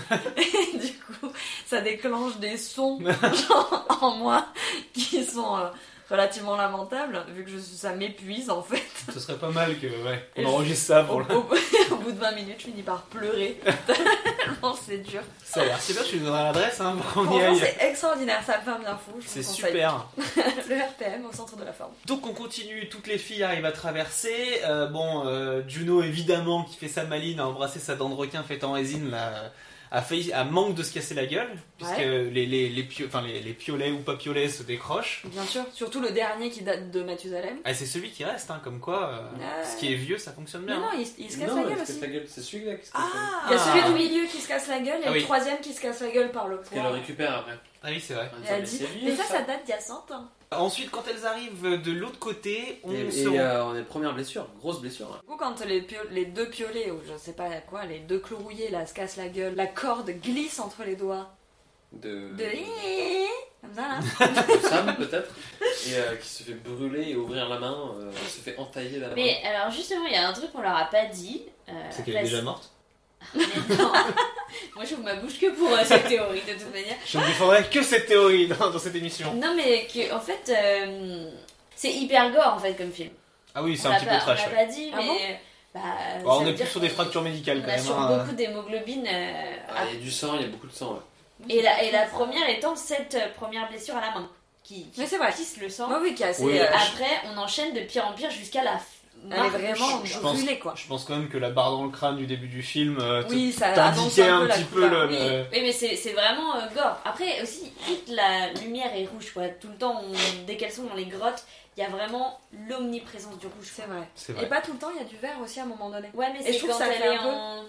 et du coup, ça déclenche des sons genre, en moi qui sont euh, relativement lamentables vu que je, ça m'épuise en fait.
Ce serait pas mal que, ouais, on
Et je- Oh.
enregistre ça
Au,
pour le...
au- au bout de 20 minutes, je finis par pleurer. Tellement c'est dur.
Ça a l'air super, tu nous donneras l'adresse, hein, pour qu'on y
Franchement,
aille.
c'est extraordinaire, ça me fait un bien fou. Je vous
C'est
conseille
super.
Le RPM au centre de la forme.
Donc on continue, toutes les filles arrivent à traverser. Euh, bon, euh, Juno évidemment qui fait sa maline à embrasser sa dent de requin faite en résine là, a failli, a manque de se casser la gueule puisque les les les, pio- enfin, les les piolets ou pas piolets se décrochent.
Bien sûr, surtout le dernier qui date de Mathusalem.
Ah, c'est celui qui reste, hein, comme quoi, euh,
Ouais.
ce qui est vieux, ça fonctionne
Mais
bien. hein.
non, il, il se casse la gueule aussi.
C'est celui-là qui se
Ah Il y a celui du milieu qui se casse la gueule et
Ah oui.
le troisième qui se casse la gueule par le
Qu'elle le
poing.
récupère après.
Ah oui, c'est vrai.
En
Et
disant,
elle
mais
dit,
c'est vieux,
mais ça, ça date d'il y a 100 ans.
Ensuite, quand elles arrivent de l'autre côté, on
Et,
se
et, euh, on est première blessure, grosse blessure. hein.
Du coup, quand les, pio- les deux piolets, ou je sais pas quoi, les deux clourouillés là, se cassent la gueule, la corde glisse entre les doigts
De...
de comme ça là.
de Sam peut-être, et euh, qui se fait brûler et ouvrir la main, euh, se fait entailler la main.
Mais alors justement, il y a un truc qu'on leur a pas dit. euh,
C'est qu'elle est déjà
parce-
morte.
Mais non. Moi, j'ouvre ma bouche que pour euh, cette théorie de toute manière.
Je ne défendrai que cette théorie dans, dans cette émission.
Non, mais que, en fait, euh, c'est hyper gore en fait comme film.
Ah oui, c'est
On
un
l'a
petit
pas-
peu trash.
On l'a
ouais.
pas dit,
Ah
mais.
bon
euh, bah,
Bon,
ça
on
veut
est
dire
plus sur des
qu'on-
fractures médicales
On
quand
a
même.
sur
hein.
beaucoup d'hémoglobine. euh,
Ah, il y a du sang, il y a beaucoup de sang. ouais.
et, la, et la première étant cette euh, première blessure à la main qui, qui
Mais c'est vrai.
tisse le sang.
Moi oui, qui est assez.
Oui,
Et
euh,
après, on enchaîne de pire en pire jusqu'à la. f-
elle est
marque.
vraiment
je pense-
brûlée quoi.
Je pense quand même que la barre dans le crâne du début du film euh, te-
Oui, ça annonce
t'indiquait un,
la
petit peu
couleur.
le.
Oui,
le-
oui, mais c'est c'est vraiment euh, gore. Après aussi, toute la lumière est rouge, quoi. Tout le temps, on- dès qu'elles sont dans les grottes, il y a vraiment l'omniprésence du rouge.
C'est vrai.
C'est
Et
vrai.
pas tout le temps, il y a du vert aussi à un moment donné.
Ouais, mais
je
c'est
trouve
quand
ça
elle
fait
est
un peu-
en.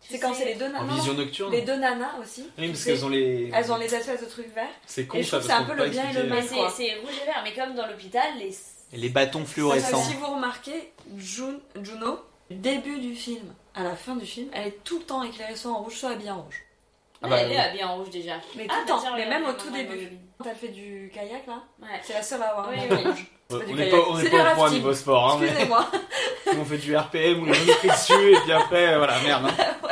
C'est quand c'est les deux
En
nanas.
vision nocturne.
Les deux nanas aussi.
Oui, parce
C'est-
qu'elles ont les.
Elles ont les espèces de trucs verts.
C'est con
Et je
ça
trouve
parce
c'est un
qu'on
peu
peut
le
pas
bien et le
expliquer- euh,
Mais
mal.
c'est c'est rouge et vert, mais comme dans l'hôpital, les.
Les bâtons
Parce que
fluorescents.
Si vous remarquez, Jun- Juno, début du film, à la fin du film, elle est tout le temps éclairée soit en rouge, soit habillée en rouge.
Ah bah,
elle est
oui.
habillée en rouge déjà.
Mais tout
Ah,
le
bah
temps,
tiens,
mais
regarde,
même au
les
tout
mamans
début.
d'hémoglobine.
Quand elle fait du kayak là,
Ouais.
c'est la seule à avoir un
Oui,
manteau
oui.
rouge.
On
du
n'est
kayak.
pas, on est
C'est
pas
le
au point
rafting.
niveau sport, hein, mais
Excusez-moi,
on fait du RPM ou on est dessus et puis après, euh, voilà, merde. hein.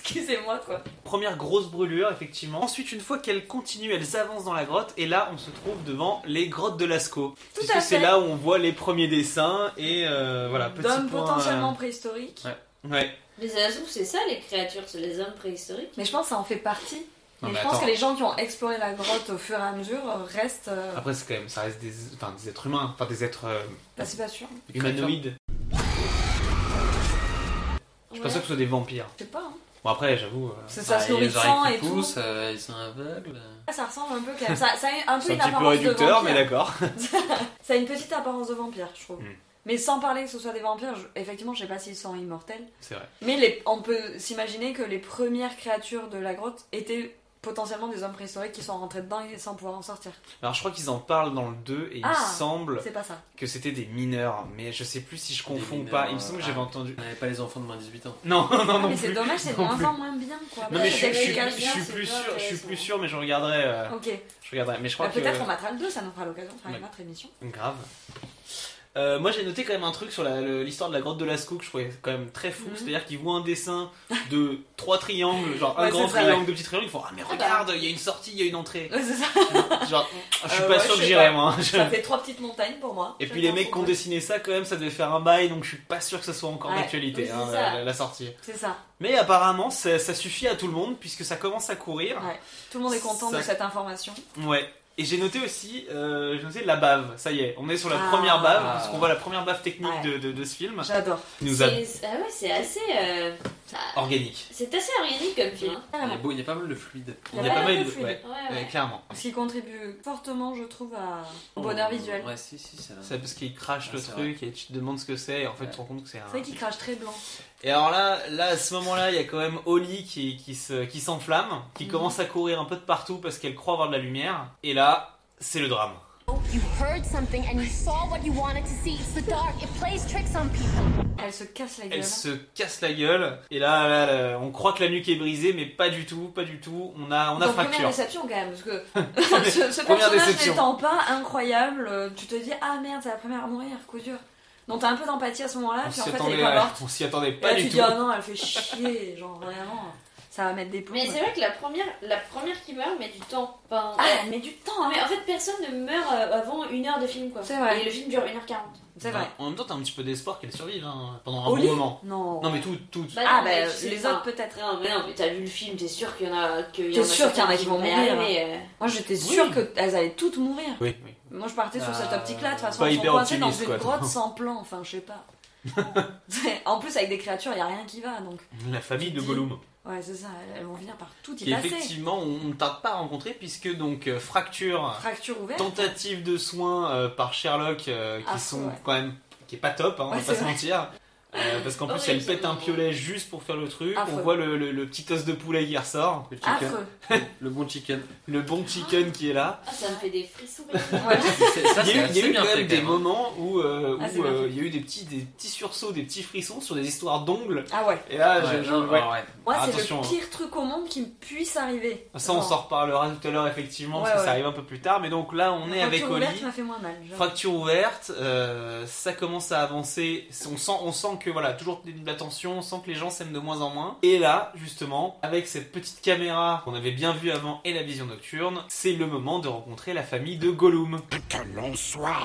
excusez-moi quoi.
Première grosse brûlure, effectivement. Ensuite, une fois qu'elles continuent, elles avancent dans la grotte, et là, on se trouve devant les grottes de Lascaux.
Tout
puisque
à
c'est
fait.
là où on voit les premiers dessins, et euh, voilà, petit
D'hommes
point,
potentiellement préhistoriques.
euh, Ouais.
Mais ça se trouve, c'est ça les créatures, c'est les hommes préhistoriques.
Mais je pense que ça en fait partie.
Non,
et
mais
je pense
attends.
que les gens qui ont exploré la grotte au fur et à mesure euh, restent. euh,
Après, c'est quand même, ça reste des, enfin, des êtres humains, enfin des êtres euh,
bah, c'est pas sûr.
humanoïdes. Je suis pas
Ouais.
sûr que ce soit des vampires.
Je sais pas. hein.
Bon, après, j'avoue. euh,
Parce que Ça,
Bah,
se
il y a
nourrit
les
de
oreilles
sang
qui
et tout.
poussent, euh, ils sont aveugles.
Ça ressemble un peu quand même. Ça, ça a un peu
C'est un petit
une
peu
apparence de
réducteur, mais
vampire.
d'accord.
Ça a une petite apparence de vampire, je trouve.
Mm.
Mais sans parler que ce soit des vampires, je- effectivement, je sais pas s'ils sont immortels.
C'est vrai.
Mais les- on peut s'imaginer que les premières créatures de la grotte étaient potentiellement des hommes préhistoriques qui sont rentrés dedans et sans pouvoir en sortir.
Alors, je crois qu'ils en parlent dans le 2 et il me
Ah.
semble
C'est pas ça.
que c'était des mineurs, mais je sais plus si je confonds ou
mineurs,
pas. Il me semble que
euh,
j'avais
ah.
entendu.
On n'avait pas les enfants de moins de 18 ans.
Non, non, non,
Ah, mais
plus.
c'est dommage, c'est de
Non
moins
plus.
en moins bien quoi.
Non
Bah,
mais je,
Ouais,
c'est
suis- je suis-
quelqu'un
quelqu'un,
je
bien.
suis
c'est
plus
pas
sûr, je suis
intéressant.
plus sûr, mais je regarderai, euh,
Ok,
je regarderai. Mais je crois
Bah, peut-être on
que
mettra le 2, ça nous fera l'occasion de faire une
Ouais.
autre émission.
grave. Euh, moi j'ai noté quand même un truc sur la- le- l'histoire de la grotte de Lascaux que je trouvais quand même très fou,
Mhm.
c'est-à-dire qu'ils voient un dessin de trois triangles, genre un
Ouais,
grand
c'est ça,
triangle, deux petits triangles, ils font ah mais
bah.
regarde, il y a une sortie, il y a une entrée.
Ouais, c'est ça.
Genre je suis
Euh,
pas
ouais,
sûr
je
que
sais
j'irai
pas.
moi.
ça fait trois petites montagnes pour moi.
Et puis les mecs qui ont dessiné ça quand même, ça devait faire un bail, donc je suis pas sûr que ça soit encore
Ouais,
d'actualité
oui, c'est
hein,
ça.
la, la- la sortie.
C'est ça.
Mais apparemment ça, ça suffit à tout le monde puisque ça commence à courir.
Ouais. Tout le monde est content
Ça-
de cette information.
Ouais. Et j'ai noté aussi, euh, j'ai noté la bave. Ça y est, on est sur la
Ah.
première bave, parce qu'on voit la première bave technique de,
Ouais.
de- de ce film.
J'adore.
Qui nous a... Oh.
C'est- Ah ouais, c'est assez. euh, ah,
Organique.
C'est assez organique comme film. hein.
Il y,
Carrément.
a beau- il y a pas mal de fluide.
Il
Il
y a pas mal de...
fluide.
ouais,
Ouais, ouais.
ouais, clairement.
Ce qui contribue fortement, je trouve, à... au bonheur
Oh,
visuel.
Ouais, si, si, c'est là.
C'est parce qu'il crache
Ah,
le
c'est
truc et tu te demandes ce que c'est et en fait
Ouais.
tu te rends compte que c'est un...
C'est vrai qu'il crache très blanc.
Et alors là, là à ce moment-là, il y a quand même Oli qui, qui, se, qui s'enflamme, qui
Mhm.
commence à courir un peu de partout parce qu'elle croit avoir de la lumière. Et là, c'est le drame.
Oh, You heard something and you saw what you wanted to see. It's the dark. It plays tricks on people.
Elle se casse la gueule.
Elle se casse la gueule. Et là, là, là, on croit que la nuque est brisée, mais pas du tout, pas du tout. On a, on a
Donc,
fracture.
première déception quand même, parce que ce, ce
Première
personnage
déception.
n'étant pas incroyable, euh, tu te dis ah merde, c'est la première à mourir, coup dur. Donc t'as un peu d'empathie à ce moment-là,
On
puis
s'y
en fait elle
attendait,
est pas
ouais,
morte.
on s'y attendait
Et
pas
là,
du
tu
tout.
dis ah non, elle fait chier, genre vraiment, ça va mettre des plombs.
Mais c'est vrai que la première, la première qui meurt met du temps. Enfin,
Ah,
euh,
elle met du temps,
Non,
hein.
mais en fait, personne ne meurt euh, avant une heure de film, quoi.
C'est vrai.
Et le film dure 1h40.
C'est
Non,
vrai.
En même temps, t'as un petit peu d'espoir qu'elle survive hein, pendant un
Au
bon
lit
moment.
Non.
Non, mais tout, tout.
Ah
non,
bah
mais tu sais
les
pas.
autres peut-être.
Non, mais non, mais t'as vu le film, t'es sûr qu'il y en a. que
T'es sûr qu'il y en a qui vont mourir,
hein.
Moi j'étais sûre
Oui.
qu'elles allaient toutes mourir.
Oui,
Moi je partais sur
Bah,
cette optique-là, de toute façon
pas
elles sont
hyper
coincées dans
optimiste,
une
quoi.
grotte sans plan, enfin je sais pas. C'est- en plus avec des créatures, y a rien qui va, donc
La famille de
Dis-
Gollum,
ouais c'est ça, elles vont venir par tout y
qui
passer.
effectivement on ne tarde pas à rencontrer, puisque donc euh, fracture,
Fracture ouverte.
tentative de soins euh, par Sherlock, euh, qui
Ah,
sont
ouais.
quand même, qui est pas top, hein, on
Ouais,
va pas
c'est
se mentir. Euh, parce qu'en plus,
Horrible.
elle pète un piolet juste pour faire le truc.
Affreux.
On voit le, le- le petit os de poulet qui ressort.
Le chicken.
Affreux.
Le bon chicken.
Le bon chicken qui est là.
Ah, ça me fait des frissons.
C'est- Ça,
Il y a eu, il y
c'est
a
assez
eu
bien
quand
fait
même des
quand même.
moments où, euh,
Ah,
où,
c'est bien
euh, il y a eu des petits, des petits sursauts, des petits frissons sur des histoires d'ongles.
Ah ouais.
Et là,
Ouais,
je- je-
non,
ouais.
ah ouais.
Moi, c'est
Attention, hein. Ah,
le pire truc au monde qui me puisse arriver.
ça on s'en reparlera tout à l'heure effectivement parce
Oh. Ouais,
que ça
ouais.
arrive un peu plus tard. Mais donc là, on est avec Oli.
m'a fait moins mal. j'avoue.
Fracture ouverte, euh, ça commence à avancer. On sent, on sent que voilà, toujours de la tension, on sent que les gens s'aiment de moins en moins. Et là, justement, avec cette petite caméra qu'on avait bien vue avant et la vision nocturne, c'est le moment de rencontrer la famille de Gollum.
Que l'on soit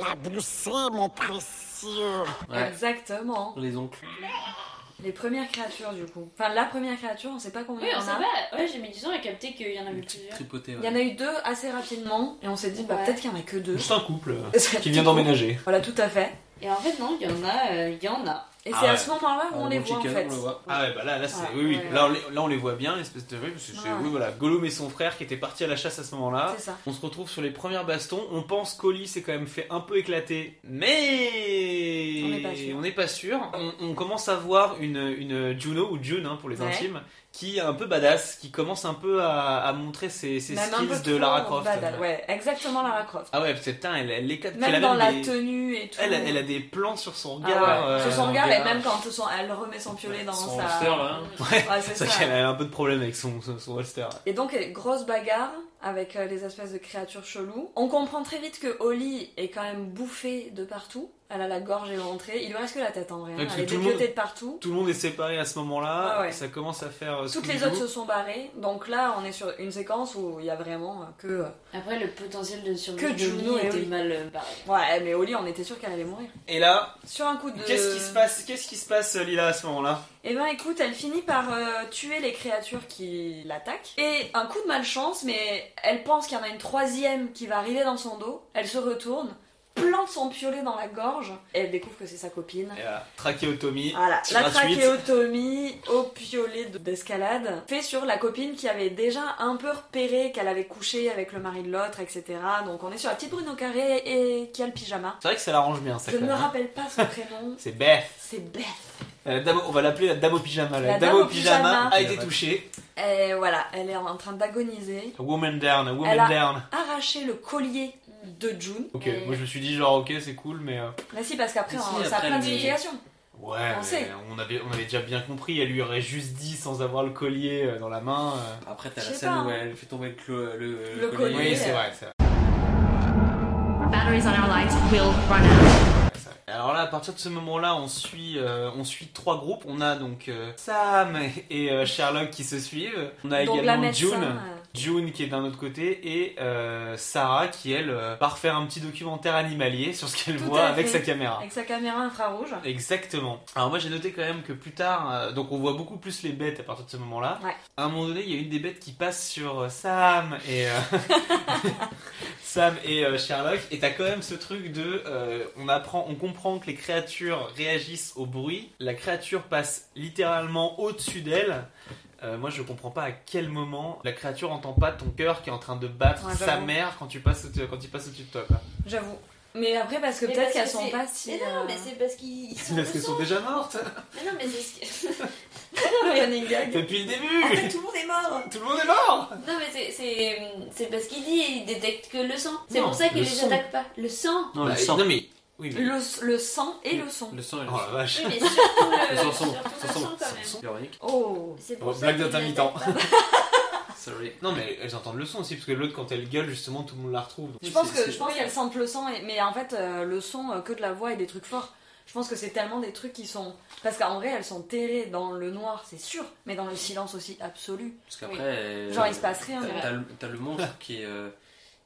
éclaboussé, mon précieux.
Ouais.
Exactement.
Les oncles.
Les premières créatures, du coup. Enfin, la première créature, on sait pas combien
Oui,
il y
on
en
sait
a.
pas. Ouais, j'ai mis du temps à capter qu'il y en avait plusieurs.
Tripoté,
Il y en a eu deux assez rapidement, et on s'est dit, bah,
Ouais.
peut-être qu'il y en a que deux.
Juste un couple euh, qui vient d'emménager.
Voilà, tout à fait.
Et en fait, non, il y en a. euh, Il y en a.
Et
Ah
c'est à
ouais.
ce moment-là où on les voit, en fait.
On le voit.
Ah ouais, bah là, là, c'est,
Ouais,
oui, oui.
ouais,
Là, on les, là, on les voit bien, espèce de, oui, parce que c'est-
Ouais.
oui, voilà, Gollum et son frère qui étaient partis à la chasse à ce moment-là.
C'est ça.
On se retrouve sur les premières bastons. On pense qu'Oli s'est quand même fait un peu éclater, mais
On n'est pas sûr.
on n'est pas sûr. On, on commence à voir une, une Juno ou June hein, pour les
Ouais.
intimes qui est un peu badass, qui commence un peu à, à montrer ses, ses
Même un peu
skills de
trop
Lara Croft.
badale. Ouais, exactement Lara Croft.
Ah ouais, parce que, putain, elle, elle éclate.
Même
elle a
dans la
des-
tenue et tout.
elle, elle a des plans sur son
Ah
regard.
ouais.
euh,
Sur son regard, et
verra.
même quand son- elle remet son piolet dans
Son
sa.
hamster, là.
Hein.
Ouais,
C'est
c'est ça.
vrai qu'elle a un peu de problème avec son, son, son holster.
Et donc, euh, grosse bagarre avec euh, les espèces de créatures cheloues. On comprend très vite que Holly est quand même bouffée de partout. Elle a la gorge éventrée. Il lui reste que la tête en vrai. hein.
Ouais, parce
Elle est
que tout le
décueutée
monde-
de partout.
Tout le monde est séparé à ce moment-là.
Ah ouais.
Ça commence à faire. euh,
Toutes les
Scooby-Doo.
autres se sont barrées. Donc là, on est sur une séquence où il y a vraiment euh, que. euh,
Après, le potentiel de survie
Que
de
Juno
Juno
et
était
Oli.
mal euh, barré.
Ouais, mais Holly, on était sûr qu'elle allait mourir.
Et là,
Sur un coup de.
qu'est-ce qui se passe Qu'est-ce qui se passe, Lila, à ce moment-là
Eh ben écoute, elle finit par euh, tuer les créatures qui l'attaquent. Et un coup de malchance, mais elle pense qu'il y en a une troisième qui va arriver dans son dos. Elle se retourne, plante son piolet dans la gorge, et elle découvre que c'est sa copine.
Et euh, voilà, trachéotomie.
Voilà, la
Gratuite.
trachéotomie au piolet de- d'escalade, fait sur la copine qui avait déjà un peu repéré qu'elle avait couché avec le mari de l'autre, etc. Donc on est sur la petite Bruno Carré et qui a le pyjama.
C'est vrai que ça l'arrange bien, ça.
Je
quand
ne me
même.
rappelle pas son prénom,
C'est Beth.
c'est Beth.
La dame- on va l'appeler la dame au pyjama. La,
La
dame,
dame
au
au
pyjama,
pyjama.
a été touchée.
Et voilà, elle est en train d'agoniser.
A woman down, a woman
Elle a-
down.
arracher le collier de June.
Ok,
Ouais.
moi je me suis dit genre ok c'est cool mais euh,
Mais si, parce qu'après,
Mais si,
on- ça a
après,
plein de
mais-
significations.
ouais
On
mais
sait.
on avait on avait déjà bien compris elle lui aurait juste dit sans avoir le collier euh, dans la main euh.
Après, t'as
Je
la
sais
scène
pas,
où
hein.
elle fait tomber le, clo- euh, le,
Le collier.
oui
Oui,
c'est
euh.
vrai c'est vrai.
Batteries on our lights will run out.
c'est vrai. alors là à partir de ce moment là on suit euh, on suit trois groupes on a donc euh, Sam et euh, Sherlock qui se suivent on a
Donc la
Ah, également
médecin,
June
euh,
June qui est d'un autre côté et euh, Sarah qui elle euh, part faire un petit documentaire animalier sur ce qu'elle
Tout
voit
à
avec
fait.
sa caméra.
avec sa caméra infrarouge.
Exactement. Alors moi j'ai noté quand même que plus tard, euh, donc on voit beaucoup plus les bêtes à partir de ce moment-là.
Ouais.
À un moment donné, il y a une des bêtes qui passe sur euh, Sam et euh, Sam et euh, Sherlock. Et t'as quand même ce truc de, euh, on apprend, on comprend que les créatures réagissent au bruit. La créature passe littéralement au-dessus d'elle. Euh, moi je comprends pas à quel moment la créature entend pas ton cœur qui est en train de battre
Ouais,
sa
j'avoue.
mère quand tu passes au- quand il passe au-dessus de toi. Quoi.
J'avoue. Mais après, parce que
Mais
peut-être
parce que
qu'elles sont
c'est-
pas si.
Mais non,
euh,
mais c'est parce qu'ils ils sont.
Parce qu'elles sont
innocents.
déjà mortes
Mais non, mais c'est ce que-
le running gag.
depuis le début.
En fait, tout le monde est mort.
Tout le monde est mort.
Non, mais c'est- c'est c'est parce qu'il dit il détecte que le sang. C'est
Non,
pour ça qu'il
le
les
son.
attaque pas. Le sang.
Non,
Bah,
le sang.
non, mais. Oui, mais-
Le, le sang et le son.
Le sang et le
Oh la
sang.
vache.
Oui, mais surtout le,
Le sang, son,
surtout le sang,
son, son,
quand même.
son. Ironique.
Oh.
C'est
Bon,
pour ça
blague
qu'il les
d'intermittent.
attaque pas.
Sorry.
Non, mais elles entendent le son aussi, parce que l'autre, quand elle gueule, justement, tout le monde la retrouve.
Je
Oui,
pense
c'est-
que
c'est-
je pense qu'elles sentent le sang, et- mais en fait, euh, le son euh, que de la voix et des trucs forts. Je pense que c'est tellement des trucs qui sont. Parce qu'en vrai, elles sont terrées dans le noir, c'est sûr, mais dans le silence aussi absolu.
Parce qu'après.
Genre,
euh,
il se passe rien.
T'as
mais-
t'as le, t'as le monstre qui, est, euh,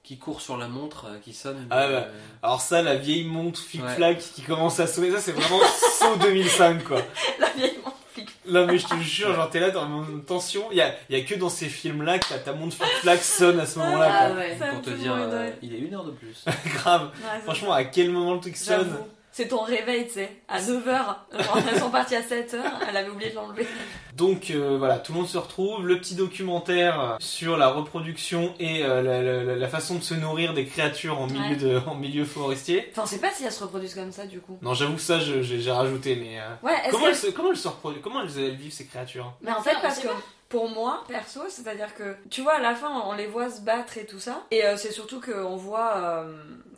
qui court sur la montre, euh, qui sonne.
Ah ouais.
euh,
Alors, ça, la vieille montre flic-flac qui commence à sonner, ça, c'est vraiment saut 2005, quoi.
La vieille montre flic.
Non, mais je te jure, genre, t'es là dans une tension. Il y a, il y a que dans ces films-là que ta- ta montre flic-flac sonne à ce moment-là,
Ah ouais.
Ça
Pour
me
te
fait
dire,
mourir de
euh,
rire.
il est une heure de plus.
quoi. Grave.
Ouais, c'est-
Franchement, à quel moment le truc sonne
J'avoue. C'est ton réveil, tu sais, à 9h. Elles sont parties à 7h, elle avait oublié de l'enlever.
Donc euh, voilà, tout le monde se retrouve. Le petit documentaire euh, sur la reproduction et euh, la, la- la façon de se nourrir des créatures en milieu,
Ouais.
de, en milieu forestier.
Enfin, on sait pas si elles se reproduisent comme ça, du coup.
Non, j'avoue que ça, je- j'ai j'ai rajouté, mais. euh,
Ouais, est-ce
Comment
que-
elles, se, comment elles se reproduisent Comment elles, elles vivent ces créatures
Mais en fait,
Ça, on
parce
sait
que pour moi, perso, c'est-à-dire que tu vois, à la fin, on les voit se battre et tout ça. Et euh, c'est surtout qu'on voit, euh,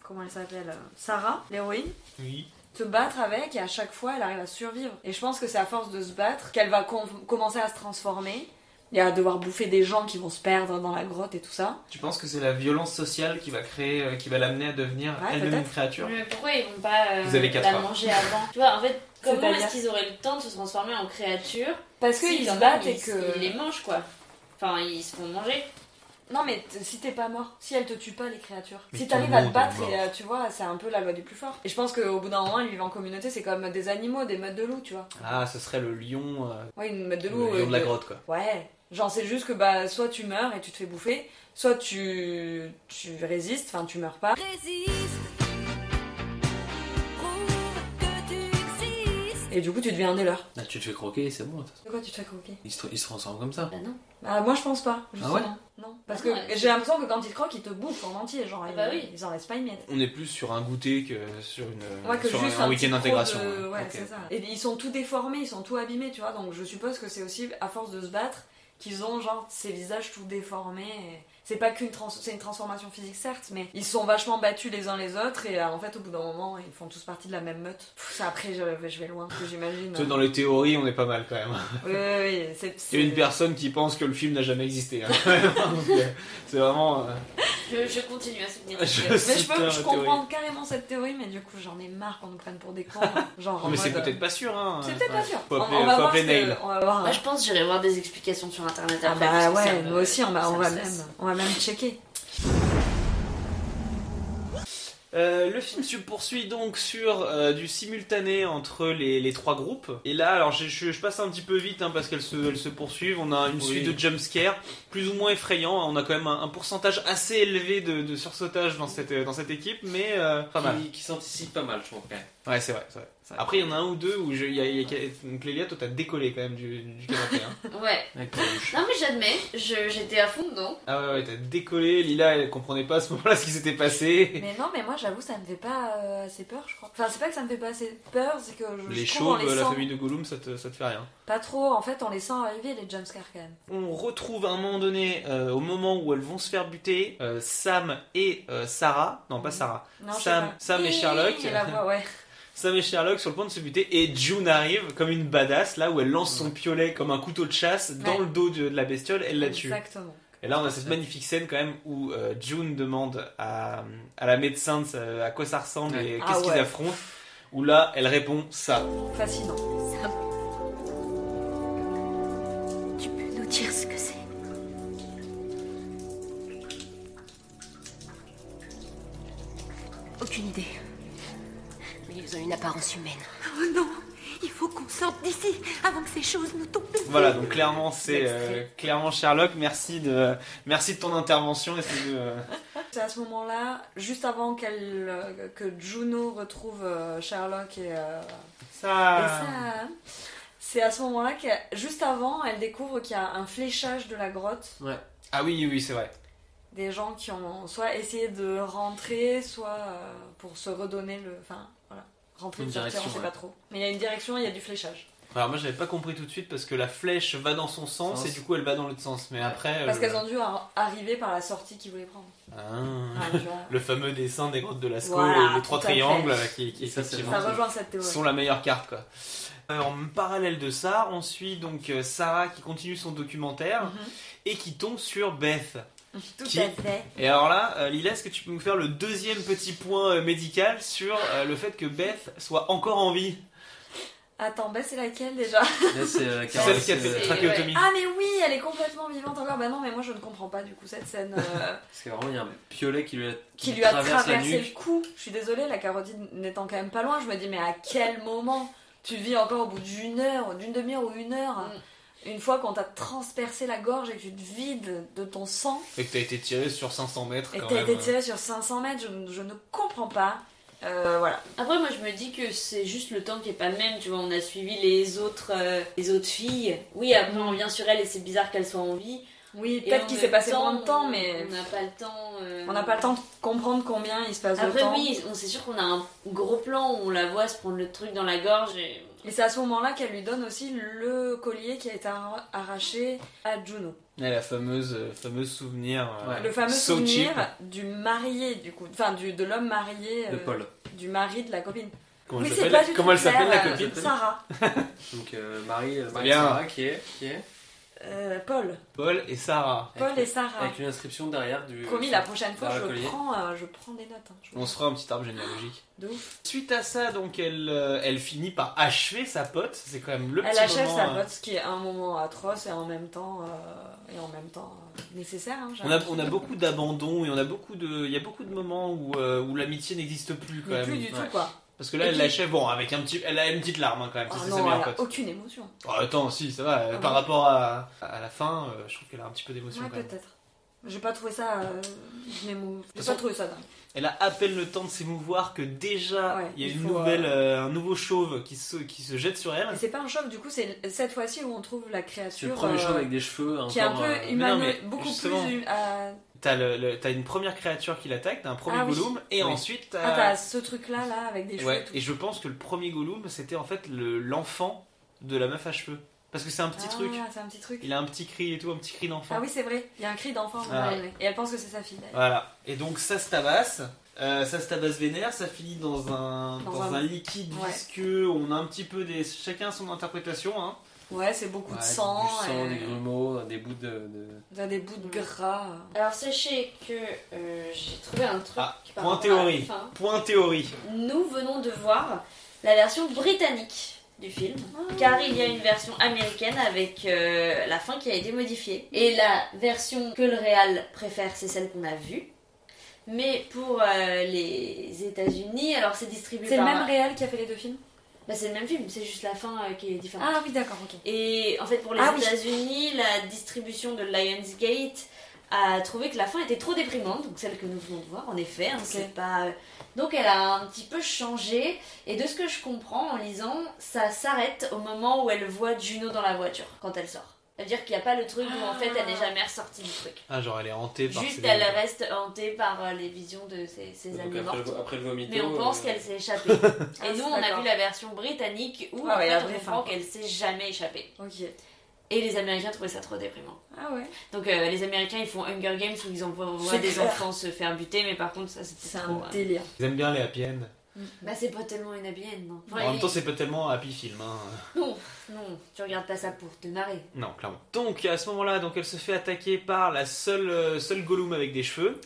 comment elle s'appelle euh, Sarah, l'héroïne,
Oui.
se battre avec et à chaque fois, elle arrive à survivre. Et je pense que c'est à force de se battre qu'elle va com- commencer à se transformer et à devoir bouffer des gens qui vont se perdre dans la grotte et tout ça.
Tu penses que c'est la violence sociale qui va créer, euh, qui va l'amener à devenir
Ouais,
elle-même une
peut-être.
créature
Mais pourquoi ils vont pas euh,
Vous avez quatre
la
heures.
manger avant Tu vois, en fait, comment
C'est-à-dire
est-ce qu'ils auraient le temps de se transformer en créature
Parce
si
qu'ils
quand
se
même,
battent et
ils-
que.
Ils les mangent, quoi. Enfin, ils se font manger.
Non, mais t- si t'es pas mort, si elle te tue pas, les créatures.
Mais
si
tout le
t'arrives à te
monde
battre,
est mort.
et, euh, tu vois, c'est un peu la loi du plus fort. Et je pense qu'au bout d'un moment, ils vivent en communauté, c'est comme des animaux, des meutes de loups, tu vois.
Ah, ce serait le lion, euh,
Ouais, une meute de
le
loups.
lion
euh,
de la
de-
grotte, quoi.
Ouais. Genre, c'est juste que bah, soit tu meurs et tu te fais bouffer, soit tu, tu résistes, enfin, tu meurs pas. Et du coup, tu deviens un des leurs.
Là, tu te fais croquer, c'est bon. de toute façon.
De quoi tu te fais croquer
Ils se, tr- ils se transforment comme ça.
Bah non.
Bah, moi, je pense
Ah
pas. justement.
ouais
Non. Parce
Ah
que
non, ouais.
j'ai l'impression que quand ils te croquent, ils te bouffent en entier. Genre,
Ah
ils,
bah oui.
ils en laissent pas une miette.
On est plus sur un goûter que sur, une,
Ouais, que
sur
juste
un,
un petit
week-end
euh, croc
d'intégration. hein.
de-
ouais.
Ouais,
Ok.
c'est ça. Et ils sont tout déformés, ils sont tout abîmés, tu vois. Donc je suppose que c'est aussi à force de se battre qu'ils ont genre ces visages tout déformés. et C'est pas qu'une trans... c'est une transformation physique certes, mais ils se sont vachement battus les uns les autres et euh, en fait au bout d'un moment ils font tous partie de la même meute. Pff, ça après je, je vais loin, parce que j'imagine.
Toi, Dans les théories, on est pas mal quand même.
Oui, oui, oui, c'est-
Il y a une
c'est-
personne qui pense que le film n'a jamais existé. hein. Donc, euh, c'est vraiment. euh,
Je, je continue à soutenir.
je
cette
Mais je,
cite
peux,
la
je
théorie.
comprends carrément cette théorie, mais du coup j'en ai marre qu'on nous prenne pour des cons. hein. Genre, en
Mais c'est
mode, euh,
peut-être pas sûr. Hein.
C'est peut-être pas sûr.
Faut appeler-
on, on va
faut
voir
appeler
ce que-
Neil.
on va voir. hein.
Moi, Bah, je pense que j'irai voir des explications sur internet
Ah
après.
bah
parce que ça
ouais,
me-
nous aussi on va,
ça
on
me
va
stresse.
même, on va même checker.
Euh, le film se poursuit donc sur euh, du simultané entre les, les trois groupes. Et là, alors je, je- je passe un petit peu vite hein, parce qu'elles se, elles se poursuivent. On a une
Oui.
suite de jumpscares plus ou moins effrayants. hein. On a quand même un, un pourcentage assez élevé de, de sursautage dans cette, dans cette équipe, mais euh, pas mal.
Qui, qui s'anticipent pas mal, je trouve. quand même.
Ouais, c'est vrai. c'est vrai.
Ça-
Après, il y en a un ou deux où je, il y a, il y a- donc Lélia, toi t'as décollé quand même du, du canapé. hein.
Ouais.
Avec ta bouche.
Non, mais j'admets, je- j'étais à fond dedans.
Ah ouais, ouais, t'as décollé. Lila, elle comprenait pas à ce moment-là ce qui s'était passé.
Mais non, mais moi j'avoue, ça me fait pas euh, assez peur, je crois. Enfin, c'est pas que ça me fait pas assez peur, c'est que je,
Les
je trouve on
chauves,
les
la
sent.
famille de Gollum, ça te, ça te fait rien.
Pas trop, en fait, on les sent arriver les jumpscares quand même.
On retrouve à un moment donné, euh, au moment où elles vont se faire buter, euh, Sam et euh, Sarah, non pas
Mhm.
Sarah,
Non, je sais
Sam,
pas.
Sam et Sherlock,
Et la voix, ouais.
Sam et Sherlock sur le point de se buter et June arrive comme une badass là où elle lance son piolet comme un couteau de chasse dans
Ouais.
le dos de, de la bestiole, elle la tue.
Exactement.
Et là on a cette magnifique scène quand même où euh, June demande à, à la médecin de sa- à quoi ça ressemble et
Ah
qu'est-ce qu'ils
ouais.
affrontent, où là elle répond ça.
Fascinant.
Tu peux nous dire ce que c'est
Aucune idée. Mais ils ont une apparence humaine.
Oh non Il faut qu'on sorte d'ici avant que ces choses nous tombent. dessus.
Voilà, donc clairement, c'est euh, clairement Sherlock. Merci de, merci de ton intervention. Et c'est de, euh,
C'est à ce moment-là, juste avant qu'elle, euh, que Juno retrouve euh, Sherlock et, euh, et
ça.
Sam, c'est à ce moment-là que, juste avant, elle découvre qu'il y a un fléchage de la grotte
Ah oui, oui, c'est vrai.
des gens qui ont soit essayé de rentrer, soit euh, pour se redonner le. Enfin, voilà. Rentrer
Une
ou sortir, on
direction,
sait pas
ouais.
trop. Mais il y a une direction, il y a du fléchage.
Alors moi, j'avais pas compris tout de suite parce que la flèche va dans son sens,
Sens.
et du coup, elle va dans l'autre sens. Mais
Ah,
après,
Parce
euh,
qu'elles ont dû ar- arriver par la sortie qu'ils voulaient prendre.
Ah.
Enfin, tu vois.
le fameux dessin des grottes de Lascaux,
Voilà,
les, les trois
tout à fait.
triangles euh, qui, qui
Et ça, c'est
effectivement,
Ça rejoint cette théorie.
sont la meilleure carte. Quoi. Euh, en parallèle de ça, on suit donc euh, Sarah qui continue son documentaire
Mhm.
et qui tombe sur Beth.
Tout
qui-
à fait.
Et alors là, euh, Lila, est-ce que tu peux nous faire le deuxième petit point euh, médical sur euh, le fait que Beth soit encore en vie
Attends, ben c'est laquelle déjà
Là, c'est euh,
C'est
Carole,
celle qui a fait
c'est-
la
c'est-
trachéotomie.
Ah, mais oui, elle est complètement vivante encore. Bah non, mais moi je ne comprends pas du coup cette scène euh,
Parce que vraiment, il y a un piolet qui lui a,
qui lui a
traverse la
traversé
nuque.
le cou. Je suis désolée, la carotide n'étant quand même pas loin. Je me dis, mais à quel moment tu vis encore au bout d'une heure, d'une demi-heure ou une heure
Mm.
Une fois qu'on t'a transpercé la gorge et que tu te vides de ton sang
Et que t'as été tiré sur 500 mètres
et
quand
t'as
même. euh.
été tiré sur 500 mètres, je, je ne comprends pas. Euh, voilà.
Après, moi, je me dis que c'est juste le temps qui est pas le même. Tu vois, on a suivi les autres, euh, les autres filles. Oui, après, on vient sur elles et c'est bizarre qu'elles soient en vie.
Oui, Mm.
Et en
peut-être qu'il s'est
même
passé moins de temps,
on-
mais
on n'a pas le temps. euh,
on n'a pas le temps de comprendre combien il se passe de
Après,
temps.
oui, on c'est sûr qu'on a un gros plan où on la voit se prendre le truc dans la gorge. Et...
Et c'est à ce moment-là qu'elle lui donne aussi le collier qui a été ar- arraché à Juno.
Ouais, la fameuse, euh, fameuse souvenir. euh,
Ouais.
Le fameux
so
souvenir
cheap
du marié, du coup, enfin du, de l'homme marié,
de
euh,
Paul.
du mari de la copine.
Comment,
oui,
elle
c'est
s'appelle
pas du tout
Comment elle
clair,
s'appelle la
euh,
copine
Sarah.
Donc euh, Marie, euh,
C'est
Marie
bien.
Sarah qui est, qui est
Euh, Paul.
Paul et Sarah.
Paul et Sarah.
avec une inscription derrière du.
Promis, la prochaine fois,
Sarah
je
Collier.
prends, euh, je prends des notes. hein. Je-
On se fera un petit arbre généalogique.
De ouf.
Suite à ça, donc elle, euh, elle finit par achever sa pote. C'est quand même le
Elle
petit
achève
moment,
sa
euh,
pote, ce qui est un moment atroce et en même temps, euh, et en même temps euh, nécessaire. hein, j'ai
On a,
envie de
on a beaucoup d'abandon et on a beaucoup de, il y a beaucoup de moments où, euh, où l'amitié n'existe plus
dire.
quand
Mais
même.
plus du
ouais.
tout, quoi.
Parce que là,
Et
elle
puis-
l'achève, bon, avec un petit, elle a une petite larme hein, quand même.
Ah
ça, c'est
non,
sa meilleure
elle a
pote.
aucune émotion.
Oh, attends, si, ça va. euh,
Ah
par
bon
rapport à, à la fin, euh, je trouve qu'elle a un petit peu d'émotion
Ouais,
quand même.
peut-être. J'ai pas trouvé ça. euh, mémo- J'ai
façon-
pas trouvé ça dingue.
Elle a à peine le temps de s'émouvoir que déjà
Ouais,
il y a
il
une
faut,
nouvelle, euh, un nouveau chauve qui se, qui se jette sur
Et
elle.
c'est pas un choc, du coup, c'est cette fois-ci où on trouve la
C'est le
créature
premier
euh,
chose avec des cheveux.
qui est un
encore,
peu
euh,
humano-
mais non, mais
beaucoup plus.
justement.
hum- à-
T'as le, le- t'as une première créature qui l'attaque, t'as un premier
Ah oui.
Gollum, et
Oui.
ensuite t'as-
Ah, t'as ce truc-là, là, avec des cheveux
Ouais,
et tout.
et je pense que le premier Gollum c'était en fait le- l'enfant de la meuf à cheveux. Parce que c'est un petit
Ah,
truc.
c'est un petit truc.
Il a un petit cri et tout, un petit cri d'enfant.
Ah oui, c'est vrai, il y a un cri d'enfant.
Ah.
ouais, ouais. Et elle pense que c'est sa fille. d'ailleurs.
Voilà. Et donc ça se tabasse. Euh, ça se tabasse vénère, ça finit dans un,
Dans
dans un...
un-
liquide
Ouais.
visqueux. On a un petit peu des. Chacun son interprétation. Hein.
Ouais, c'est beaucoup
ouais,
de sang. euh,
Du sang,
et-
des grumeaux, des bouts de. de-
T'as des bouts de gras.
Alors, sachez que euh, j'ai trouvé un truc.
Ah,
par
point
rapport à la
théorie.
fin.
Point théorie.
Nous venons de voir la version britannique du film,
Ah.
car il y a une version américaine avec euh, la fin qui a été modifiée. Et la version que le réal préfère, c'est celle qu'on a vue. Mais pour euh, les États-Unis, alors c'est distribué
C'est le
par-
même réel qui a fait les deux films
Bah, c'est le même film, c'est juste la fin euh, qui est différente.
Ah oui, d'accord, ok.
Et en fait, pour les
Ah oui.
États-Unis, la distribution de Lionsgate a trouvé que la fin était trop déprimante, donc celle que nous venons de voir, en effet, hein, c'est pas. Donc elle a un petit peu changé, et de ce que je comprends en lisant, ça s'arrête au moment où elle voit Juno dans la voiture quand elle sort. C'est-à-dire qu'il n'y a pas le truc où en fait elle n'est jamais ressortie du truc.
Ah, genre elle est hantée par.
Juste
ses-
elle reste hantée par euh, les visions de ses, ses
Donc,
amies
après,
mortes.
le, après le vomito.
Mais on pense
euh,
qu'elle s'est échappée.
Ah,
Et nous, on a
d'accord.
vu la version britannique où
Ah
en
ouais, la
fait, on
vraie fin,
comprend
quoi.
qu'elle s'est jamais échappée.
Ok.
Et les Américains trouvaient ça trop déprimant.
Ah ouais.
Donc euh, les Américains ils font Hunger Games où ils envoient
C'est
des
clair.
enfants se faire buter, mais par contre ça
C'est
c'était
un
trop. euh,
délire.
Ils aiment bien les happy end.
Bah c'est pas tellement une habienne, non.
En même temps, c'est pas tellement happy film. Hein.
Non, non, tu regardes pas ça pour te marrer.
Non, clairement. Donc à ce moment-là, donc elle se fait attaquer par la seule, euh, seule Gollum avec des cheveux.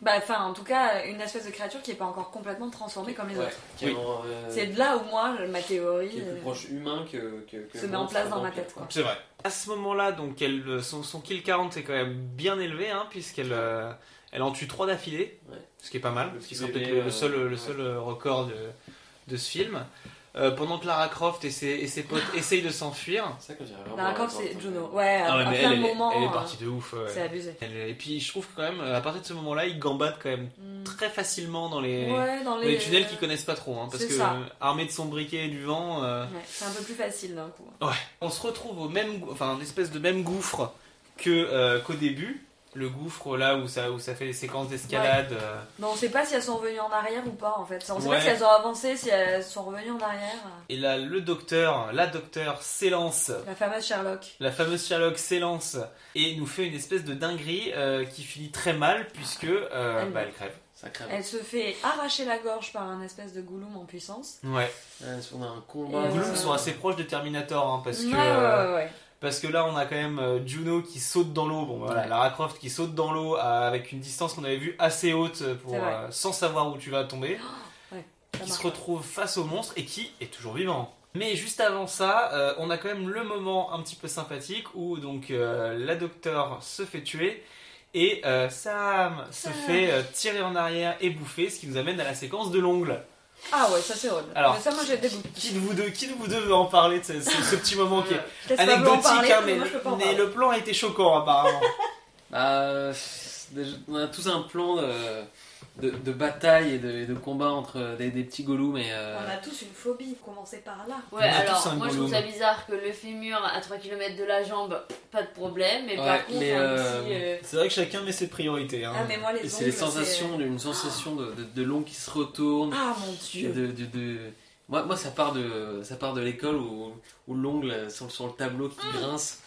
Bah, enfin, en tout cas, une espèce de créature qui est pas encore complètement transformée comme les
Ouais,
autres.
qui est en, euh,
C'est de là où moi, ma
qui
théorie.
est plus
euh,
proche humain que. que, que
se met en
monstre,
place dans ma
vampire,
tête, quoi.
C'est vrai. À ce moment-là, donc elle, euh, son, son kill 40 c'est quand même bien élevé, hein, puisqu'elle euh, elle en tue 3 d'affilée,
Ouais.
ce qui est pas mal,
Le
ce qui
petit
sera
bébé,
peut-être le, le
euh,
seul, le
ouais.
seul euh, record de, de ce film. Euh, pendant que Lara Croft et ses, et ses potes essayent de s'enfuir.
C'est ça que je dirais.
Lara
vraiment,
Croft,
attends,
c'est
attends,
Juno.
attends.
Ouais, à,
Ah ouais,
à
mais
plein
elle,
de
elle est-
moments.
elle est
euh,
partie de ouf. ouais.
C'est abusé.
Elle- et puis je trouve que quand même, euh, à partir de ce moment-là, ils gambadent quand même
Mm.
très facilement dans les,
Ouais, dans
dans
les, euh,
les tunnels qu'ils connaissent pas trop, hein, parce
c'est
que
ça.
euh, armés de son briquet et du vent. euh,
Ouais, c'est un peu plus facile d'un coup.
On se retrouve au même, gou- enfin, une espèce de même gouffre que euh, qu'au début, le gouffre là où ça où ça fait les séquences d'escalade. euh.
Mais on sait pas si elles sont revenues en arrière ou pas en fait. On sait
Ouais.
pas si elles ont avancé, si elles sont revenues en arrière.
Et là, le docteur, la docteur s'élance.
La fameuse Sherlock.
La fameuse Sherlock s'élance et nous fait une espèce de dinguerie euh, qui finit très mal puisque euh,
Elle
bah,
meurt.
elle crève.
Ça crève.
Elle se fait arracher la gorge par un espèce de goulum en puissance.
Ouais.
Ouais, on a un
Et,
combat.
euh,
Gloom sont assez proches de Terminator hein, parce que
ouais,
euh,
ouais, ouais, ouais.
parce que là on a quand même euh, Juno qui saute dans l'eau. Bon bah, voilà,
Ouais.
Lara Croft qui saute dans l'eau euh, avec une distance qu'on avait vue assez haute pour
C'est vrai.
euh, sans savoir où tu vas tomber.
Ça
qui se
marche.
retrouve face au monstre et qui est toujours vivant. Mais juste avant ça, euh, on a quand même le moment un petit peu sympathique où donc euh, la docteur se fait tuer et euh, Sam, se
Sam.
fait euh, tirer en arrière et bouffer, ce qui nous amène à la séquence de l'ongle.
Ah ouais, ça c'est horrible.
Alors,
Mais ça moi j'ai des bouts.
Qui de vous deux, qui de vous deux veut en parler de ce, ce- ce petit moment qui est
Je laisse Pablo en
anecdotique, hein,
parler, parce que
mais,
moi, je peux pas en
mais
parler.
le plan a été choquant apparemment.
Bah, euh, déjà, on a tous un plan. euh, de, de bataille et de, et de combat entre euh, des, des petits gollums et. euh,
On a tous une phobie, commencez par là.
On
Ouais,
a tous
alors
un
moi je
gollum.
trouve ça bizarre que le fémur à 3 km de la jambe, pas de problème, mais
Ouais,
par contre,
mais,
un
euh,
petit, euh,
C'est vrai que chacun met ses priorités. hein.
Ah, mais moi, les
et Euh, c'est
ongles,
les sensations, une sensation de, de, de l'ongle qui se retourne.
Ah mon
et
dieu.
de, de- de- Moi, moi, ça part de, ça part de l'école où, où l'ongle sur, sur le tableau qui
Ah,
grince.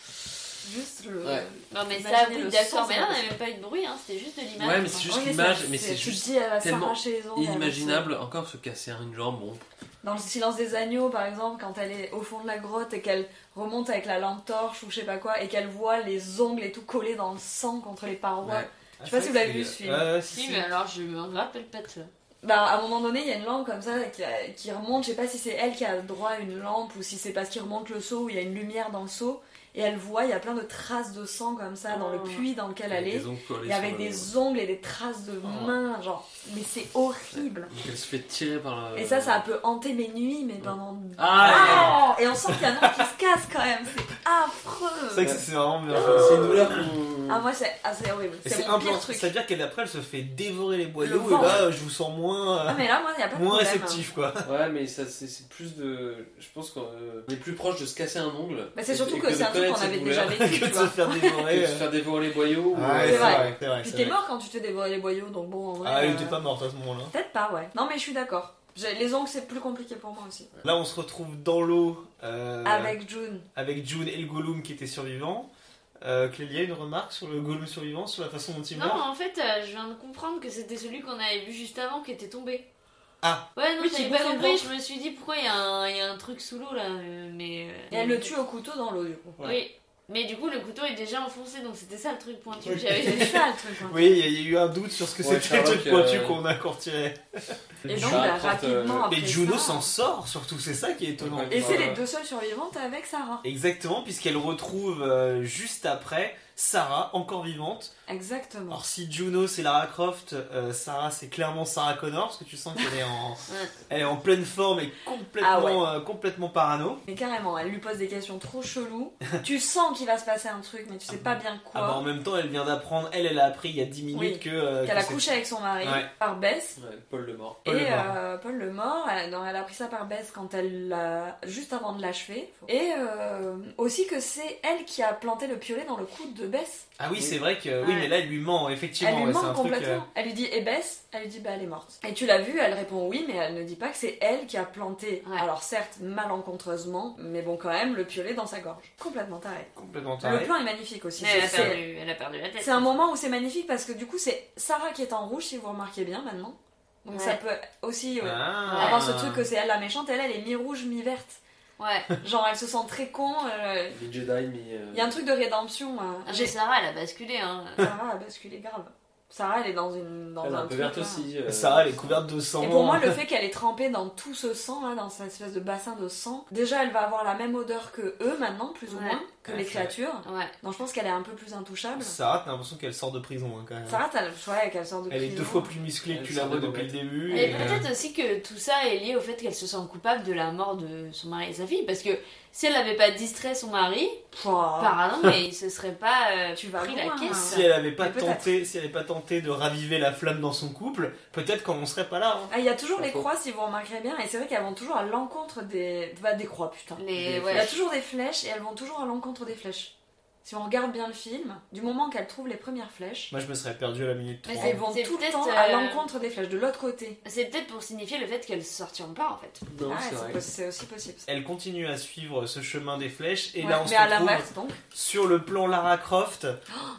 Juste le.
Ouais.
Non mais ça,
Imaginez
oui,
le
d'accord,
sens
mais là
de
on
la
n'avait même pas eu de bruit, hein, c'était juste de l'image.
Ouais, mais c'est
quoi.
juste
Oui,
l'image,
ça,
mais c'est
tu te
juste
dis, elle va
tellement
s'arracher les ongles, elle va
inimaginable. Encore se casser une jambe, bon.
se- Dans le silence des agneaux, par exemple, quand elle est au fond de la grotte et qu'elle remonte avec la lampe torche ou je sais pas quoi, et qu'elle voit les ongles et tout collés dans le sang contre les parois.
Ouais.
Ah,
je sais pas
c'est
si vous
vrai
l'avez
que euh,
vu,
c'est-
ce film.
Ouais, ouais, si,
Si,
si.
mais alors je me rappelle pas de ça.
Bah, à un moment donné, il y a une lampe comme ça qui, qui remonte. Je sais pas si c'est elle qui a droit à une lampe ou si c'est parce qu'il remonte le seau où il y a une lumière dans le seau. Et elle voit, il y a plein de traces de sang comme ça dans le
Oh.
puits dans lequel elle
Avec
est.
des ongles collés
Et avec
sur le-
des ongles et des traces de
Oh.
mains, genre. Mais c'est horrible.
Donc elle se fait tirer par le.
Et ça, ça peut hanter mes nuits, mais pendant.
Ah,
Ah et on sent qu'il y a un nom qui se casse quand même, c'est
C'est vrai
affreux!
que c'est vraiment bien.
ouais. C'est une douleur qu'on-
Ah, moi c'est ah, c'est horrible,
Et
c'est
C'est
mon pire
important.
truc.
Ça veut dire qu'après elle se fait dévorer les
Le
boyaux et
ventre.
là euh, je vous sens moins, euh,
Ah, mais là, moi il n'y a pas de
moins
problème.
réceptif quoi.
Ouais, mais ça, c'est, c'est plus de. Je pense qu'on euh, on est plus proche de se casser un ongle.
Bah, c'est
et-
surtout
et
que c'est
de
un truc
connaître
qu'on
cette
avait déjà
douleur
vécu,
que
tu
de se
vois.
faire
Que de
dévorer.
se faire dévorer les boyaux. ou- euh,
Ah, ouais,
C'est vrai.
c'est vrai.
Puis
c'est
t'es
vrai.
mort quand tu te fais dévorer les boyaux, donc bon, en vrai.
Ah, il
euh,
était pas mort à ce moment-là.
Peut-être pas, ouais. Non, mais je suis d'accord. J'ai- Les ongles, c'est plus compliqué pour moi aussi.
Là, on se retrouve dans l'eau euh, avec...
Avec June.
June et le Gollum qui était survivant. Euh, Clélia, une remarque sur le Gollum survivant, sur la façon dont il
Non,
meurt
en fait, euh, je viens de comprendre que c'était celui qu'on avait vu juste avant qui était tombé.
Ah.
Ouais, non,
Oui, qui
j'avais
bouffait
pas
le
compris,
ventre.
je me suis dit pourquoi il y, a un- il y a un truc sous l'eau là, euh, mais.
Et
euh,
elle le tue au couteau dans l'eau, du coup.
Oui, mais du coup le couteau est déjà enfoncé donc c'était ça le truc pointu
Oui.
que j'avais
Ah C'est ça le truc. hein.
Oui, il y, a- il y a eu un doute sur ce que
Ouais,
c'était le truc
Sherlock,
pointu
euh,
qu'on a qu'on retirait.
Et donc,
June
bah,
apporte, euh,
rapidement après.
Mais Juno
ça-
s'en sort surtout, c'est ça qui est étonnant.
Ouais.
Et c'est
Ouais.
les deux seules survivantes avec Sarah.
Exactement, puisqu'elle retrouve euh, juste après Sarah, encore vivante.
Exactement.
Alors si Juno c'est Lara Croft, euh, Sarah c'est clairement Sarah Connor, parce que tu sens qu'elle est en, elle est en pleine forme et complètement,
Ah ouais.
euh, complètement parano.
Mais carrément, elle lui pose des questions trop cheloues. tu sens qu'il va se passer un truc, mais tu sais pas bien
Ah bah, en
quoi.
même temps, elle vient d'apprendre, elle, elle a appris il y a 10 minutes
Oui.
que... euh,
Qu'elle
que
a
c'est-
couché avec son mari
Ouais.
par Bess.
Ouais, Paul le mort.
Paul
et
le mort.
euh, Paul le mort, elle, non, elle a pris ça par Bess quand elle l'a juste avant de l'achever. Et euh, aussi que c'est elle qui a planté le piolet dans le coude de Bess.
Ah oui,
Oui.
c'est vrai que... Oui,
Ouais.
mais là, elle lui ment, effectivement.
elle lui
ouais, c'est
ment
un truc,
complètement.
euh,
Elle lui dit et Bess, elle lui dit bah elle est morte. Et tu l'as vu, elle répond oui, mais elle ne dit pas que c'est elle qui a planté.
Ouais.
Alors certes malencontreusement, mais bon quand même le piolet dans sa gorge. Complètement taré.
complètement
Le
taré.
plan est magnifique aussi.
Mais elle a,
C'est-
perdu, elle a perdu la tête.
C'est un moment où c'est magnifique parce que du coup c'est Sarah qui est en rouge si vous remarquez bien maintenant. Donc
Ouais.
ça peut aussi euh,
Ah.
avoir ce truc que c'est elle la méchante, elle elle est mi-rouge, mi-verte.
Ouais,
Genre elle se sent très con. euh,
Les Jedi, mais. euh,
Il y a un truc de rédemption. hein.
Ah, mais
J'ai-
Sarah elle a basculé hein.
Sarah a basculé grave. Sarah elle est dans une dans
Elle est
un
un peu
truc,
verte
là.
aussi. euh,
Sarah, elle est couverte de sang.
Et pour moi, le fait qu'elle est trempée dans tout ce sang, là, dans cette espèce de bassin de sang, déjà elle va avoir la même odeur que eux maintenant, plus ou
Ouais.
moins, que
Ouais,
les
c'est
créatures.
Ouais.
Donc je pense qu'elle est un peu plus intouchable.
Sarah, t'as l'impression qu'elle sort de prison, hein, quand même.
Sarah, t'as le choix qu'elle sort de hein.
Elle est
prison.
deux fois plus musclée que
Elle
tu la
sort
vois
de
depuis le
boîte.
début.
Mais
et, euh,
peut-être aussi que tout ça est lié au fait qu'elle se sent coupable de la mort de son mari et sa fille, parce que si elle n'avait pas distrait son mari,
Ah.
Pouah.
pardon, mais il se serait pas euh,
Tu vas
pris la
loin. hein.
caisse.
Si elle avait pas
Mais peut-être.
tenté, si elle avait pas tenté de raviver la flamme dans son couple, peut-être qu'on en serait pas là. hein.
Ah, il y a toujours
Pas
les
faux.
croix, si vous remarquerez bien, et c'est vrai qu'elles vont toujours à l'encontre des. Bah, des croix, putain.
Les,
Il y a
ouais.
toujours des flèches et elles vont toujours à l'encontre des flèches. Si on regarde bien le film, du moment qu'elles trouvent les premières flèches,
Moi, je me serais perdu à la minute
Mais
3.
c'est
elles vont tout le
peut-être,
temps à
euh,
l'encontre des flèches, de l'autre côté.
C'est peut-être pour signifier le fait qu'elles sortiront pas en fait.
Non,
Ah,
c'est
c'est
vrai.
possi- c'est aussi possible.
Elle continue à suivre ce chemin des flèches et
Ouais,
là on se
mais à
retrouve
l'inverse, donc.
sur le plan Lara Croft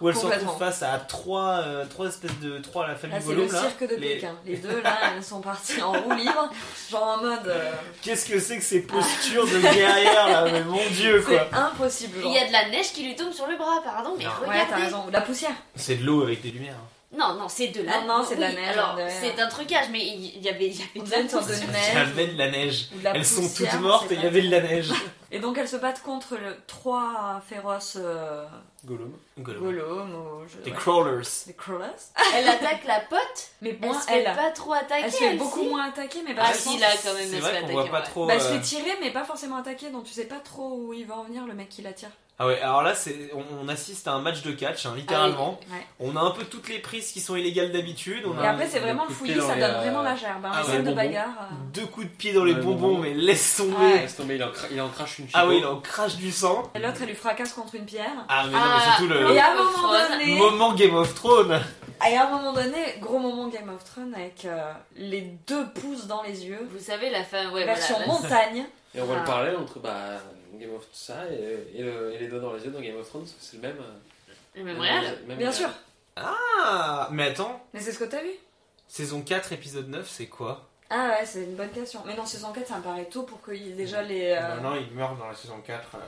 où elle se retrouve
complètement.
face à trois, euh, trois espèces de trois à la famille
Là, c'est le
Gollum. là.
cirque de
Les-
Pékin. Les deux, là, elles sont parties en roue libre, genre en mode. euh,
Qu'est-ce que c'est que ces postures de guerrière là Mais mon dieu quoi
Ah. c'est impossible, genre.
Il y a de la neige qui lui tombe sur le bras, pardon, mais
Non.
Ouais, t'as
regardez.
raison. Ou de La poussière.
C'est de l'eau avec des lumières. hein.
non, non, c'est de la
Non, non, c'est de la neige,
Alors,
ouais.
c'est un trucage, mais il y avait, il y avait
On
de
dirait
la
une sorte de
poussière.
Il y
neige.
avait de la neige.
ou de la
Elles sont
poussière,
toutes
on
mortes
sait
et il y
pas
avait de
trop.
la neige.
Et donc elles se battent contre le, trois féroces euh,
Gollum.
Gollum.
golems ou je-
Des
ouais,
crawlers.
des crawlers.
Elle attaque la pote,
Mais
elle
bon,
se fait
elle,
pas trop attaquer.
elle se fait
elle,
beaucoup
si.
moins attaquer, mais par
Ah
exemple,
si, là quand même,
C'est
elle se
vrai
fait
qu'on
attaquer.
voit pas
ouais.
trop.
bah, elle se
euh,
fait tirer, mais pas forcément attaquer, donc tu sais pas trop où il va en venir le mec qui la tire.
Ah ouais, alors là, c'est, on, on assiste à un match de catch, hein, littéralement.
Ah oui, ouais.
On a un peu toutes les prises qui sont illégales d'habitude. On
Et
a
après, c'est vraiment le
Le coup de
fouillis,
pied dans
ça
les,
donne
euh,
vraiment la gerbe. hein.
ah
Les
ouais,
scènes de
bonbons.
bagarre. euh.
deux coups de pied dans les
Ouais,
bonbons,
bon.
mais laisse tomber.
Ouais.
Laisse tomber, il en, cra- il en crache une
Ah oui,
chico.
là, on crache du sang.
Et l'autre, elle lui fracasse contre une pierre.
Ah, mais non, mais
Ah,
surtout le
Et
Euh,
à, un moment
Frozen.
donné,
moment Game of Thrones.
et à un moment donné, gros moment Game of Thrones avec euh, les deux pouces dans les yeux,
Vous savez, la fin, ouais,
version
voilà,
montagne.
Et on voit
Ah.
le parallèle entre bah, Game of ça et, et le- et les doigts dans les yeux dans Game of Thrones, c'est le même. euh,
le même réel.
le même euh,
Bien
réel.
sûr,
Ah, mais attends,
mais c'est ce que t'as vu.
saison 4, épisode 9, c'est quoi
Ah ouais, c'est une bonne question. Mais non, saison 4, ça me paraît tôt pour qu'il y ait déjà les. euh,
Ah bah Non, non, il meurt dans la saison 4. euh.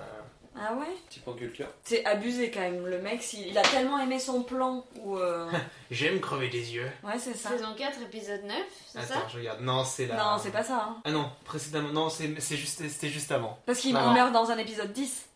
Ah ouais
Type en culture.
C'est abusé quand même. Le mec, s'il- il a tellement aimé son plan. Ou euh,
J'aime crever des yeux.
Ouais, c'est ça.
Saison 4, épisode 9, c'est ça
Attends, je regarde. Non, c'est la.
Non, c'est pas ça. hein.
Ah non, précédemment. Non, c'est c'est juste, c'était juste avant.
Parce qu'il
Non.
meurt dans un épisode 10.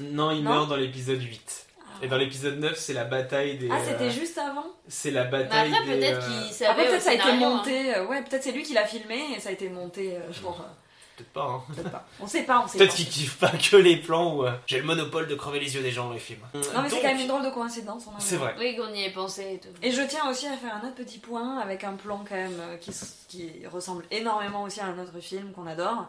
Non, il
Non.
meurt dans l'épisode 8. Et dans l'épisode 9, c'est la bataille des.
Ah,
euh,
c'était juste avant
C'est la
Mais
bataille
après,
des.
peut-être
euh,
qu'il
Après,
savait.
peut-être
au
ça a été
scénario, hein.
monté. euh, Ouais, peut-être c'est lui qui l'a filmé et ça a été monté. euh, genre, euh,
Peut-être pas, hein.
peut-être pas. On sait pas, on sait pas.
Peut-être qu'il kiffe pas que les plans où euh, j'ai le monopole de crever les yeux des gens dans les films.
Non, mais c'est
Donc,
quand même une drôle de coïncidence. on a-
C'est vrai.
hein. Oui, qu'on y ait pensé et tout.
Et je tiens aussi à faire un autre petit point avec un plan quand même euh, qui, s- qui ressemble énormément aussi à un autre film qu'on adore.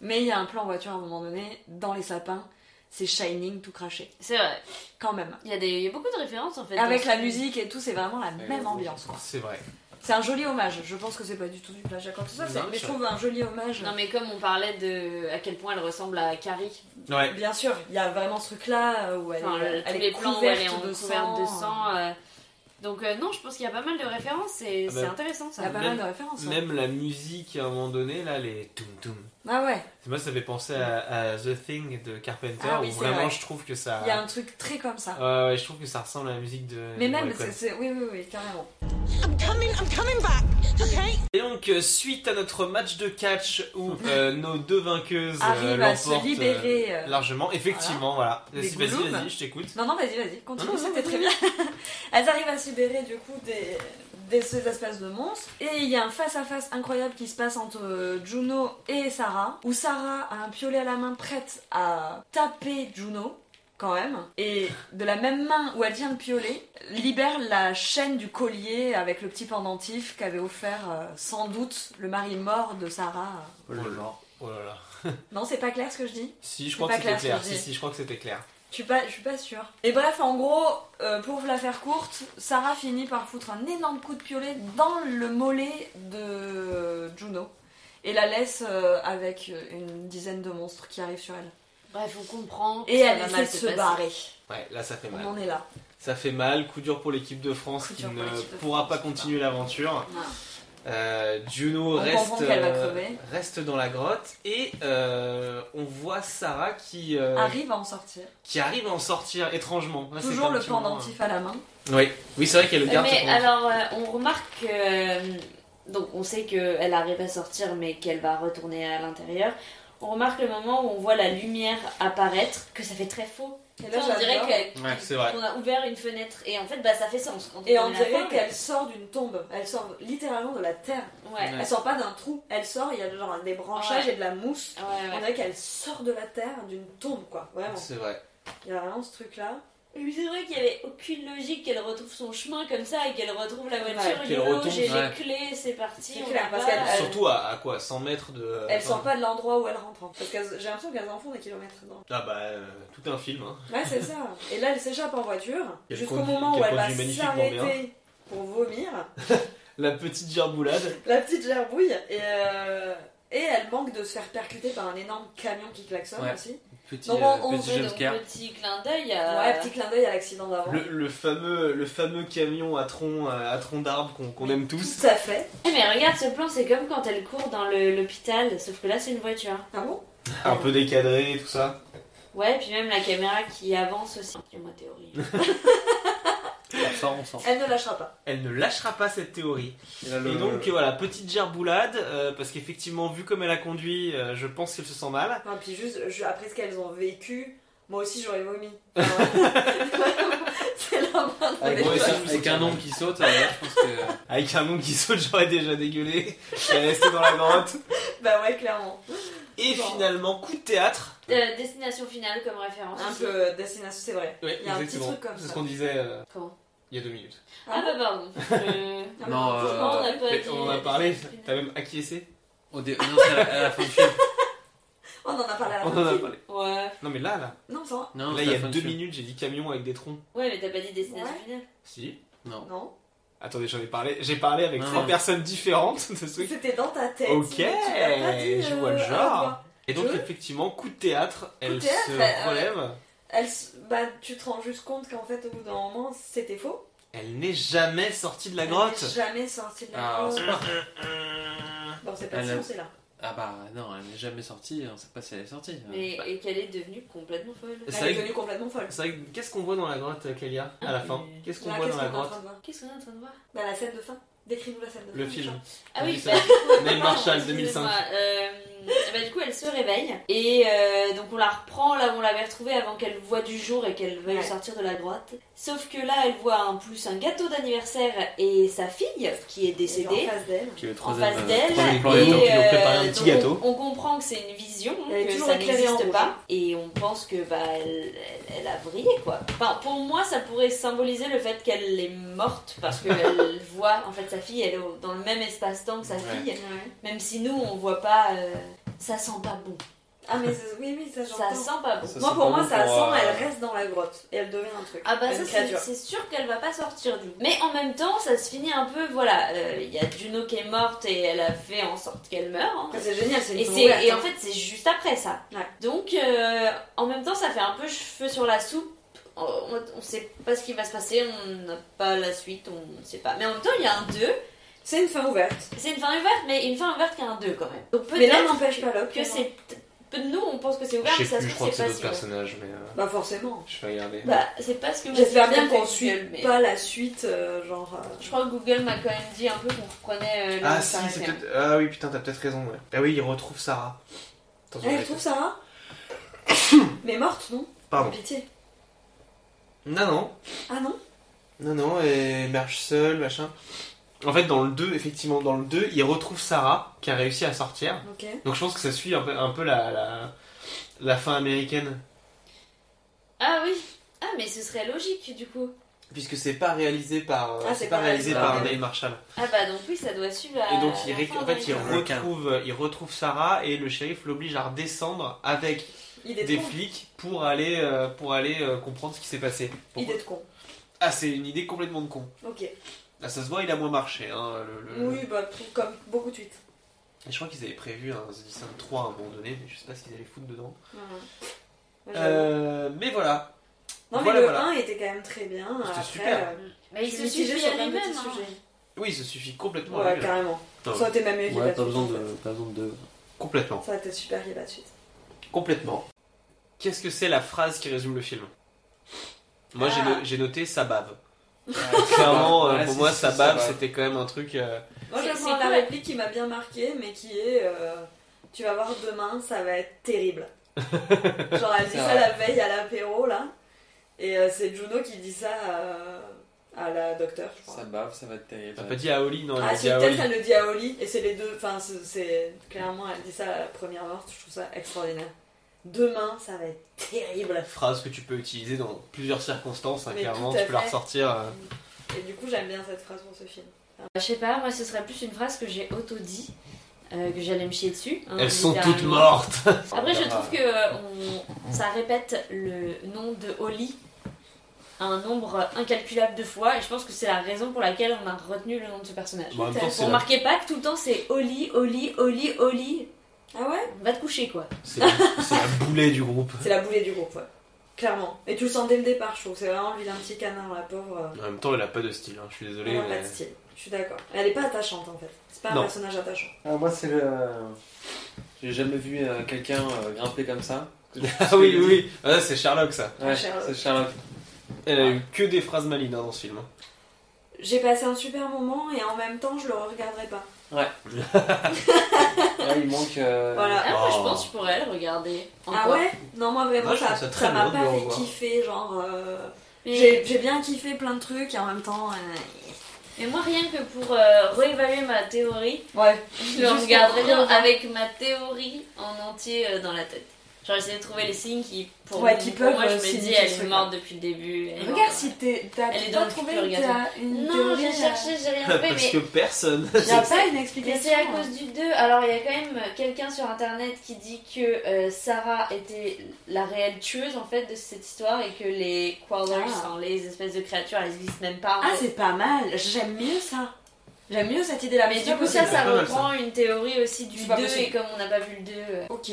Mais il y a un plan voiture à un moment donné dans les sapins. C'est Shining tout craché.
C'est vrai.
Quand même.
Il y, a des... il y a beaucoup de références en fait.
Avec
dans
la
ce-
musique et tout, c'est vraiment la même
oui.
ambiance. quoi.
C'est vrai.
C'est un joli hommage. Je pense que c'est pas du tout du plagiat comme tout ça, c'est-
Non,
mais je
c'est
trouve un joli hommage.
Non, mais comme on parlait de à quel point elle ressemble à Carrie,
Ouais.
Bien sûr, il y a vraiment ce truc-là euh, où elle,
enfin,
est-
le-
elle
tous
est
les plans où
couverte
elle est en
de
couverte
sang.
de sang. euh, Donc, euh, non, je pense qu'il y a pas mal de références et
Ah
c'est
bah,
intéressant
Il y a
ça.
pas mal
Même-
de références. hein. ouais.
Même la musique à un moment donné, là, les toum toum.
Ah ouais,
Moi, ça fait penser à, à The Thing de Carpenter,
Ah oui,
où
c'est
vraiment
vrai.
je trouve que ça.
il y a un truc très comme
Ah
ça.
Ouais, ouais, je trouve que ça ressemble à la musique de.
mais
de
même,
Morricone.
c'est, c'est- oui, oui, oui, carrément.
I'm coming, I'm coming back, okay?
Et donc, euh, suite à notre match de catch où euh, nos deux vainqueuses euh,
Arrivent à se
l'emportent, euh,
libérer, euh,
largement, effectivement, voilà.
Des
Vas-y, Vas-y,
goulous,
vas-y,
bah.
je t'écoute.
Non, non, vas-y, vas-y,
Non,
continue,
non,
c'était
non,
très bien. Elles arrivent à se libérer du coup des, des ces espèces de monstres. Et il y a un face-à-face incroyable qui se passe entre euh, Juno et Sarah, où Sarah a un piolet à la main prête à taper Juno. Quand même, et de la même main où elle tient le piolet, libère la chaîne du collier avec le petit pendentif qu'avait offert euh, sans doute le mari mort de Sarah.
Oh là là.
Oh là là.
Non, c'est pas clair ce que je dis
Si, je
C'est
crois
pas
que c'était
clair,
clair.
ce que
Si,
je dis.
si, je crois que c'était clair.
Je suis pas, je suis pas sûre. Et bref, en gros, euh, pour vous la faire courte, Sarah finit par foutre un énorme coup de piolet dans le mollet de euh, Juno et la laisse euh, avec euh, une dizaine de monstres qui arrivent sur elle.
Bref, on comprend. que
Et
ça
elle
va
essaie
mal
de se
passer.
barrer.
Ouais, là, ça fait
On
mal.
en est là.
Ça fait mal. Coup dur pour l'équipe de France
Coup
qui
dur pour
ne
l'équipe de
pourra
France,
pas
c'est
continuer l'aventure.
Non.
Euh, Juno
On
reste,
comprend qu'elle va
euh,
crever.
reste dans la grotte et euh, on voit Sarah qui, euh,
Arrive à en sortir.
qui arrive à en sortir étrangement. Là, c'est
Toujours
un
le
petit moment,
pendentif à la main.
hein. Oui, oui c'est vrai qu'elle le garde. ce
Mais
pendentif.
alors, euh, on remarque que. euh, donc, on sait qu'elle arrive à sortir, mais qu'elle va retourner à l'intérieur. On remarque le moment où on voit la lumière apparaître, que ça fait très faux.
Et
Ça, on dirait que-
Ouais,
c'est vrai.
qu'on a ouvert une fenêtre, et en fait, bah, ça fait sens. Quand
Et on
est à la
dirait
fin,
qu'elle sort d'une tombe. Elle sort littéralement de la terre.
Ouais.
Elle sort pas d'un trou. Elle sort, il y a genre des branchages
Ouais.
et de la mousse.
Ouais,
On
ouais.
dirait qu'elle sort de la terre d'une tombe, quoi. Vraiment.
C'est vrai.
Il y a vraiment ce truc-là.
Mais c'est vrai qu'il n'y avait aucune logique qu'elle retrouve son chemin comme ça et qu'elle retrouve la voiture.
Ouais,
J'ai
qu'elle retombe,
j'ai
ouais.
les clés, c'est parti.
C'est
on euh,
clair,
y
parce
va.
qu'elle- elle-
Surtout à, à quoi 100 mètres de.
Elle sort pas de l'endroit où elle rentre. hein. Parce que j'ai l'impression qu'elles en font des kilomètres. Dans...
Ah bah, euh, tout un film. hein.
Ouais, c'est ça. Et là, elle s'échappe en voiture.
Quel
Jusqu'au
conduit-
moment où
quel
elle va
conduit magnifiquement
s'arrêter pour vomir.
La petite gerboulade.
La petite gerbouille. Et, euh, et elle manque de se faire percuter par un énorme camion qui klaxonne
Ouais.
aussi.
Petit,
Donc,
euh,
on- on
petit
fait
Donc,
jumpscare.
petit clin d'œil à.
Ouais, petit clin d'œil à l'accident d'avant.
Le, le fameux, le fameux camion à tronc, euh, à tronc d'arbre qu'on qu'on aime tous.
Tout à fait.
Eh, mais regarde ce plan, c'est comme quand elle court dans le- l'hôpital, sauf que là c'est une voiture.
Ah bon
Un peu décadré et tout ça.
Ouais, puis même la caméra qui avance aussi. C'est ma théorie.
On sort, on
Oh.
sort.
Elle ne lâchera pas.
Elle ne lâchera pas cette théorie.
Et là, le-
Et donc euh, voilà, petite gerboulade, euh, parce qu'effectivement, vu comme elle a conduit, euh, je pense qu'elle se sent mal.
Enfin, puis juste, je- après ce qu'elles ont vécu, moi aussi j'aurais vomi. Vraiment. c'est la moindre des
Avec,
Ouais,
choses.
ça, je
avec
sais
un
pas.
nom qui saute, euh, ouais, je pense que.
Avec un nom qui saute, j'aurais déjà dégueulé. Elle est restée dans la grotte.
Bah ouais, clairement.
Et finalement, coup de théâtre,
Euh, destination finale comme référence.
Un peu destination, c'est vrai.
Oui,
Il y a un petit
exactement.
truc comme
C'est ce
ça.
qu'on disait euh,
Comment
il y a deux minutes.
Ah bah pardon. Euh,
Ah,
Non,
mais
euh,
non, on n'a pas
Mais
dit-
on en a parlé, t'as même acquiescé.
Au dé- Non, c'est à, la- à la fin du film.
On en a parlé à la
On
fin
en
du
a
film.
parlé.
Ouais.
Non mais là, là,
Non, ça
Non,
là
c'est
il y
à
a
la fin
deux
du film.
minutes, j'ai dit camion avec des troncs.
Ouais, mais t'as pas dit destination
Ouais.
finale.
Si.
Non.
Non.
Attendez, j'en ai parlé. J'ai parlé avec
Ah.
trois personnes différentes de ce
C'était dans ta tête.
Ok,
tu l'as pas dit,
je
euh,
vois le
à la
genre.
voix.
Et donc
Je-
effectivement, coup de théâtre, elle
théâtre,
se
euh,
relève.
Elle se- bah, tu te rends juste compte qu'en fait, au bout d'un moment, c'était faux.
Elle n'est jamais sortie de la
Elle n'est
grotte.
jamais sortie de la
Ah,
grotte.
c'est
Bon, c'est pas
Elle
si
a-
on sait là.
Ah bah non, elle n'est jamais sortie, on sait pas si elle est sortie.
Mais
Bah,
et qu'elle est devenue complètement folle.
C'est
Elle est
vrai que-
devenue complètement folle.
C'est vrai que qu'est-ce qu'on voit dans la grotte, euh, Clélia, à la fin Qu'est-ce qu'on
Là,
voit
qu'est-ce
dans la
qu'on est en
grotte
train de voir
Qu'est-ce qu'on est en train de voir
Bah, la scène de fin. Décris-nous la scène de fin.
Le film.
Ah oui,
Dis ça.
bah,
Neil Marshall, 2005.
excusez-moi, euh, bah, du coup, elle se réveille et euh, donc on la reprend là où on l'avait retrouvée avant qu'elle voit du jour et qu'elle veuille
Ouais.
sortir de la grotte. Sauf que là, elle voit en plus un gâteau d'anniversaire et sa fille qui est
En
décédée.
face d'elle.
Puis le
En
troisième,
face
euh,
d'elle,
troisième plan
et,
étant
qui lui ont préparé un
euh,
petit
donc,
gâteau.
On, on comprend que c'est une vision,
Elle est
Euh, que
toujours
ça
éclairée en
n'existe
rouge.
pas, et on pense que bah elle, elle- elle a brillé quoi. Enfin, pour moi, ça pourrait symboliser le fait qu'elle est morte parce qu'elle voit en fait sa fille, elle est au- dans le même espace-temps que sa
Ouais.
fille, même si nous, on voit pas. euh, ça sent pas bon.
Ah, mais c'est- oui, oui, ça
Ça
j'entends.
sent pas bon.
Ça
moi,
sent
pour
pas
moi,
bon
ça
pour,
sent,
euh,
elle reste dans la grotte. Et elle devient un truc.
Ah bah
une
ça, c'est-
créature.
c'est sûr qu'elle va pas sortir du. Mais en même temps, ça se finit un peu. Voilà, euh, il y a Juno qui est morte et elle a fait en sorte qu'elle meure. hein.
Après, C'est génial, c'est une
Et,
fin
c'est-
ouverte,
et
hein.
en fait, c'est juste après ça.
Ouais.
Donc, euh, en même temps, ça fait un peu cheveux sur la soupe. On, on sait pas ce qui va se passer, on n'a pas la suite, on sait pas. Mais en même temps, il y a un 2.
c'est une fin ouverte.
C'est une fin ouverte, mais une fin ouverte qui a un 2 quand même. Donc
Mais là,
peut-être
n'empêche pas l'autre.
que c'est. peu- Nous, on pense que c'est ouvert, mais ça se trouve, c'est pas si ouvert.
personnages, mais euh,
Bah, forcément.
je vais regarder.
Bah, c'est pas ce que
J'espère
Google
bien qu'on
fait,
suit
mais
pas la suite, euh, genre. euh,
Je crois que Google m'a quand même dit un peu qu'on reprenait. euh, le
ah
même
si,
paramètre.
c'est peut-être. Ah oui, putain, t'as peut-être raison. Ouais. Ah oui, il retrouve Sarah. Attends, je
Elle
vais-
Eh, trouve Sarah Mais morte, non
Pardon.
Pitié.
Non, non,
Ah non
non, non, et marche seule, machin. En fait, dans le 2, effectivement, dans le 2, il retrouve Sarah qui a réussi à sortir.
Ok.
Donc je pense que ça suit un peu, un peu la, la, la fin américaine.
Ah oui. Ah, mais ce serait logique du coup.
Puisque c'est pas réalisé par, euh,
Ah,
c'est pas réalisé
par-
par Neil Marshall.
Ah bah donc oui, ça doit suivre. la-
Et donc il,
Euh, la
ré-
fin
en fait, il
d'Amérique.
Américain.
retrouve, il retrouve Sarah et le shérif l'oblige à redescendre avec
Il est
des
con.
flics pour aller, euh, pour aller euh, comprendre ce qui s'est passé.
Il
Pourquoi-
est de con.
Ah, c'est une idée complètement de con.
Ok.
Ah, ça se voit, il a moins marché. hein, le- le-
Oui, bah, pr- comme beaucoup de suites.
Et je crois qu'ils avaient prévu un The Descent 3 à un moment donné, mais je sais pas ce qu'ils allaient foutre dedans.
Ouais, Ah, j'avoue.
Euh, mais voilà.
non, mais
voilà,
le
voilà.
1 était quand même très bien.
C'était
Après,
super.
euh,
Mais
je
il
suis
se
mitigée
suffit
sur
à
plein de
lui-même.
petits
hein.
sujets.
Oui, il se suffit complètement. à
Ouais,
lui.
carrément.
Non,
Ça aurait été même mieux qu'il y ait
Ouais,
pas
pas
de
besoin
suite. en
de. Pas besoin de.
Complètement.
fait. Ça aurait été super qu'il n'y ait pas de suite.
Complètement. Qu'est-ce que c'est la phrase qui résume le film Moi, j'ai
Ah.
no- j'ai noté ça bave. Clairement, euh,
Ouais,
pour
si,
moi,
si,
ça
ça
bave,
bave.
c'était quand même un truc. euh,
Moi,
C'est-
je
c'est
prends
pas-
la réplique qui m'a bien marquée, mais qui est euh, Tu vas voir demain, ça va être terrible. Genre, elle dit
C'est
ça
vrai.
la veille à l'apéro, là. Et euh, c'est Juno qui dit ça euh, à la docteur, je crois.
Ça bave, ça va être terrible.
T'as pas dit à Oli, non, elle
Ah
a
si,
dit à Oli.
peut-être elle le dit à Oli, et c'est les deux, enfin c'est- c'est clairement elle dit ça à la première morte, je trouve ça extraordinaire. Demain, ça va être terrible.
Phrase que tu peux utiliser dans plusieurs circonstances, hein,
Mais
clairement,
tout
tu
à
peux la
fait.
ressortir. euh.
Et du coup, j'aime bien cette phrase pour ce film.
Je sais pas, moi ce serait plus une phrase que j'ai auto-dit, euh, que j'allais me chier dessus. hein,
Elles sont toutes
littéralement.
mortes Ah.
Après, je trouve que euh, on- ça répète le nom de Holly un nombre incalculable de fois, et je pense que c'est la raison pour laquelle on a retenu le nom de ce personnage.
Bon, Bah, en même temps,
on
c'est la-
remarquait pas que tout le temps c'est Holly, Holly, Holly, Holly.
Ah ouais
Va te coucher quoi.
c'est la... c'est la boulet du groupe.
C'est la boulée du groupe, ouais. Clairement. Et tu le sens dès le départ, je trouve. C'est vraiment lui d'un petit canard, la pauvre.
En même temps, elle a pas de style, hein, je suis
Elle
désolé.
n'a
mais-
pas de style. Je suis d'accord. Elle est pas attachante en fait. C'est pas un
Non.
personnage attachant.
Ah, moi, c'est le. J'ai jamais vu euh, quelqu'un euh, grimper comme ça.
Ah oui, oui, oui. Ah, c'est Sherlock ça.
Ouais,
Sherlock.
c'est Sherlock.
Elle a eu que des phrases malines hein, dans ce film. hein.
J'ai passé un super moment et en même temps, je le regarderai pas.
Là, il manque. euh,
Voilà.
Ah, moi je
Oh.
pense que je pourrais le regarder.
Ah
encore.
ouais Non, moi vraiment,
Moi, je
ça
trouve ça très
ça m'a
bien de
pas
le
fait
revoir.
kiffer, genre. euh,
Mais-
J'ai j'ai bien kiffé plein de trucs et en même temps. euh,
Mais moi, rien que pour euh, réévaluer ma théorie,
Ouais.
je le
Juste
regarderai
pour
bien
revoir.
avec ma théorie en entier euh, dans la tête. Genre, j'essayais de trouver les signes qui, pour,
Ouais,
pour
qui peuvent,
moi, je
euh,
me dis,
signifier
elle
ce
est
truc-là.
morte depuis le début. elle est
Regarde
morte.
si t'es- t'as
Elle est
pas
dans le
trouvé
futur,
une,
regarde.
théa- une
Non,
théorie. euh,
j'ai cherché, j'ai rien fait,
Parce que
mais.
personne.
Il n'y a pas une
mais
explication. hein.
c'est à cause du 2. Alors, il y a quand même euh, quelqu'un sur internet qui dit que euh, Sarah était la réelle tueuse en fait de cette histoire et que les crawlers,
Ah.
enfin, les espèces de créatures, elles existent même pas. en
Ah,
fait.
c'est pas mal. J'aime mieux ça. J'aime mieux cette idée-là.
Mais
Mais
du coup,
c'est
ça, ça
pas mal,
reprend une théorie aussi du
C'est pas
2,
possible.
et comme on n'a pas vu le 2. euh,
Ok.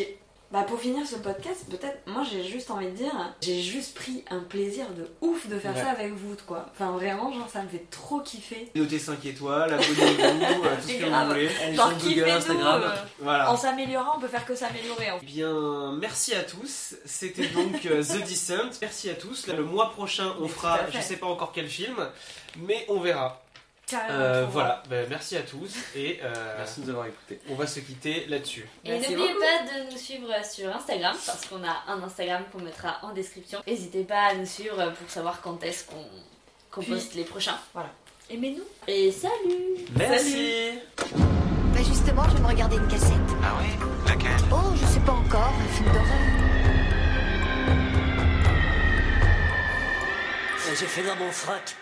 Bah pour finir ce podcast, peut-être, moi j'ai juste envie de dire, j'ai juste pris un plaisir de ouf de faire
Ouais.
ça avec vous, quoi. Enfin vraiment, genre ça me fait trop kiffer.
Notez 5 étoiles, abonnez-vous, euh, tout ce que vous
grave.
voulez.
Allez
Genre
sur Google,
kiffez-nous,
Instagram.
euh,
Voilà.
En s'améliorant, on peut faire que s'améliorer. En fait.
Eh Bien, merci à tous. C'était donc euh, The Descent. Merci à tous. Là, le mois prochain, on
Mais tout à
fera,
fait.
je sais pas encore quel film, mais on verra.
Carrément,
Euh,
trop
voilà. Ben, merci à tous et euh,
Merci de nous avoir écoutés.
on va se quitter là-dessus.
Et
Merci
n'oubliez
beaucoup.
pas de nous suivre sur Instagram, parce qu'on a un Instagram qu'on mettra en description. N'hésitez pas à nous suivre pour savoir quand est-ce qu'on qu'on
Puis-
poste les prochains.
bon. Aimez-nous.
Et salut
Merci.
Bah justement, je vais me regarder une cassette.
Ah oui Laquelle
Oh, je sais pas encore, un film d'horreur.
J'ai fait dans mon froc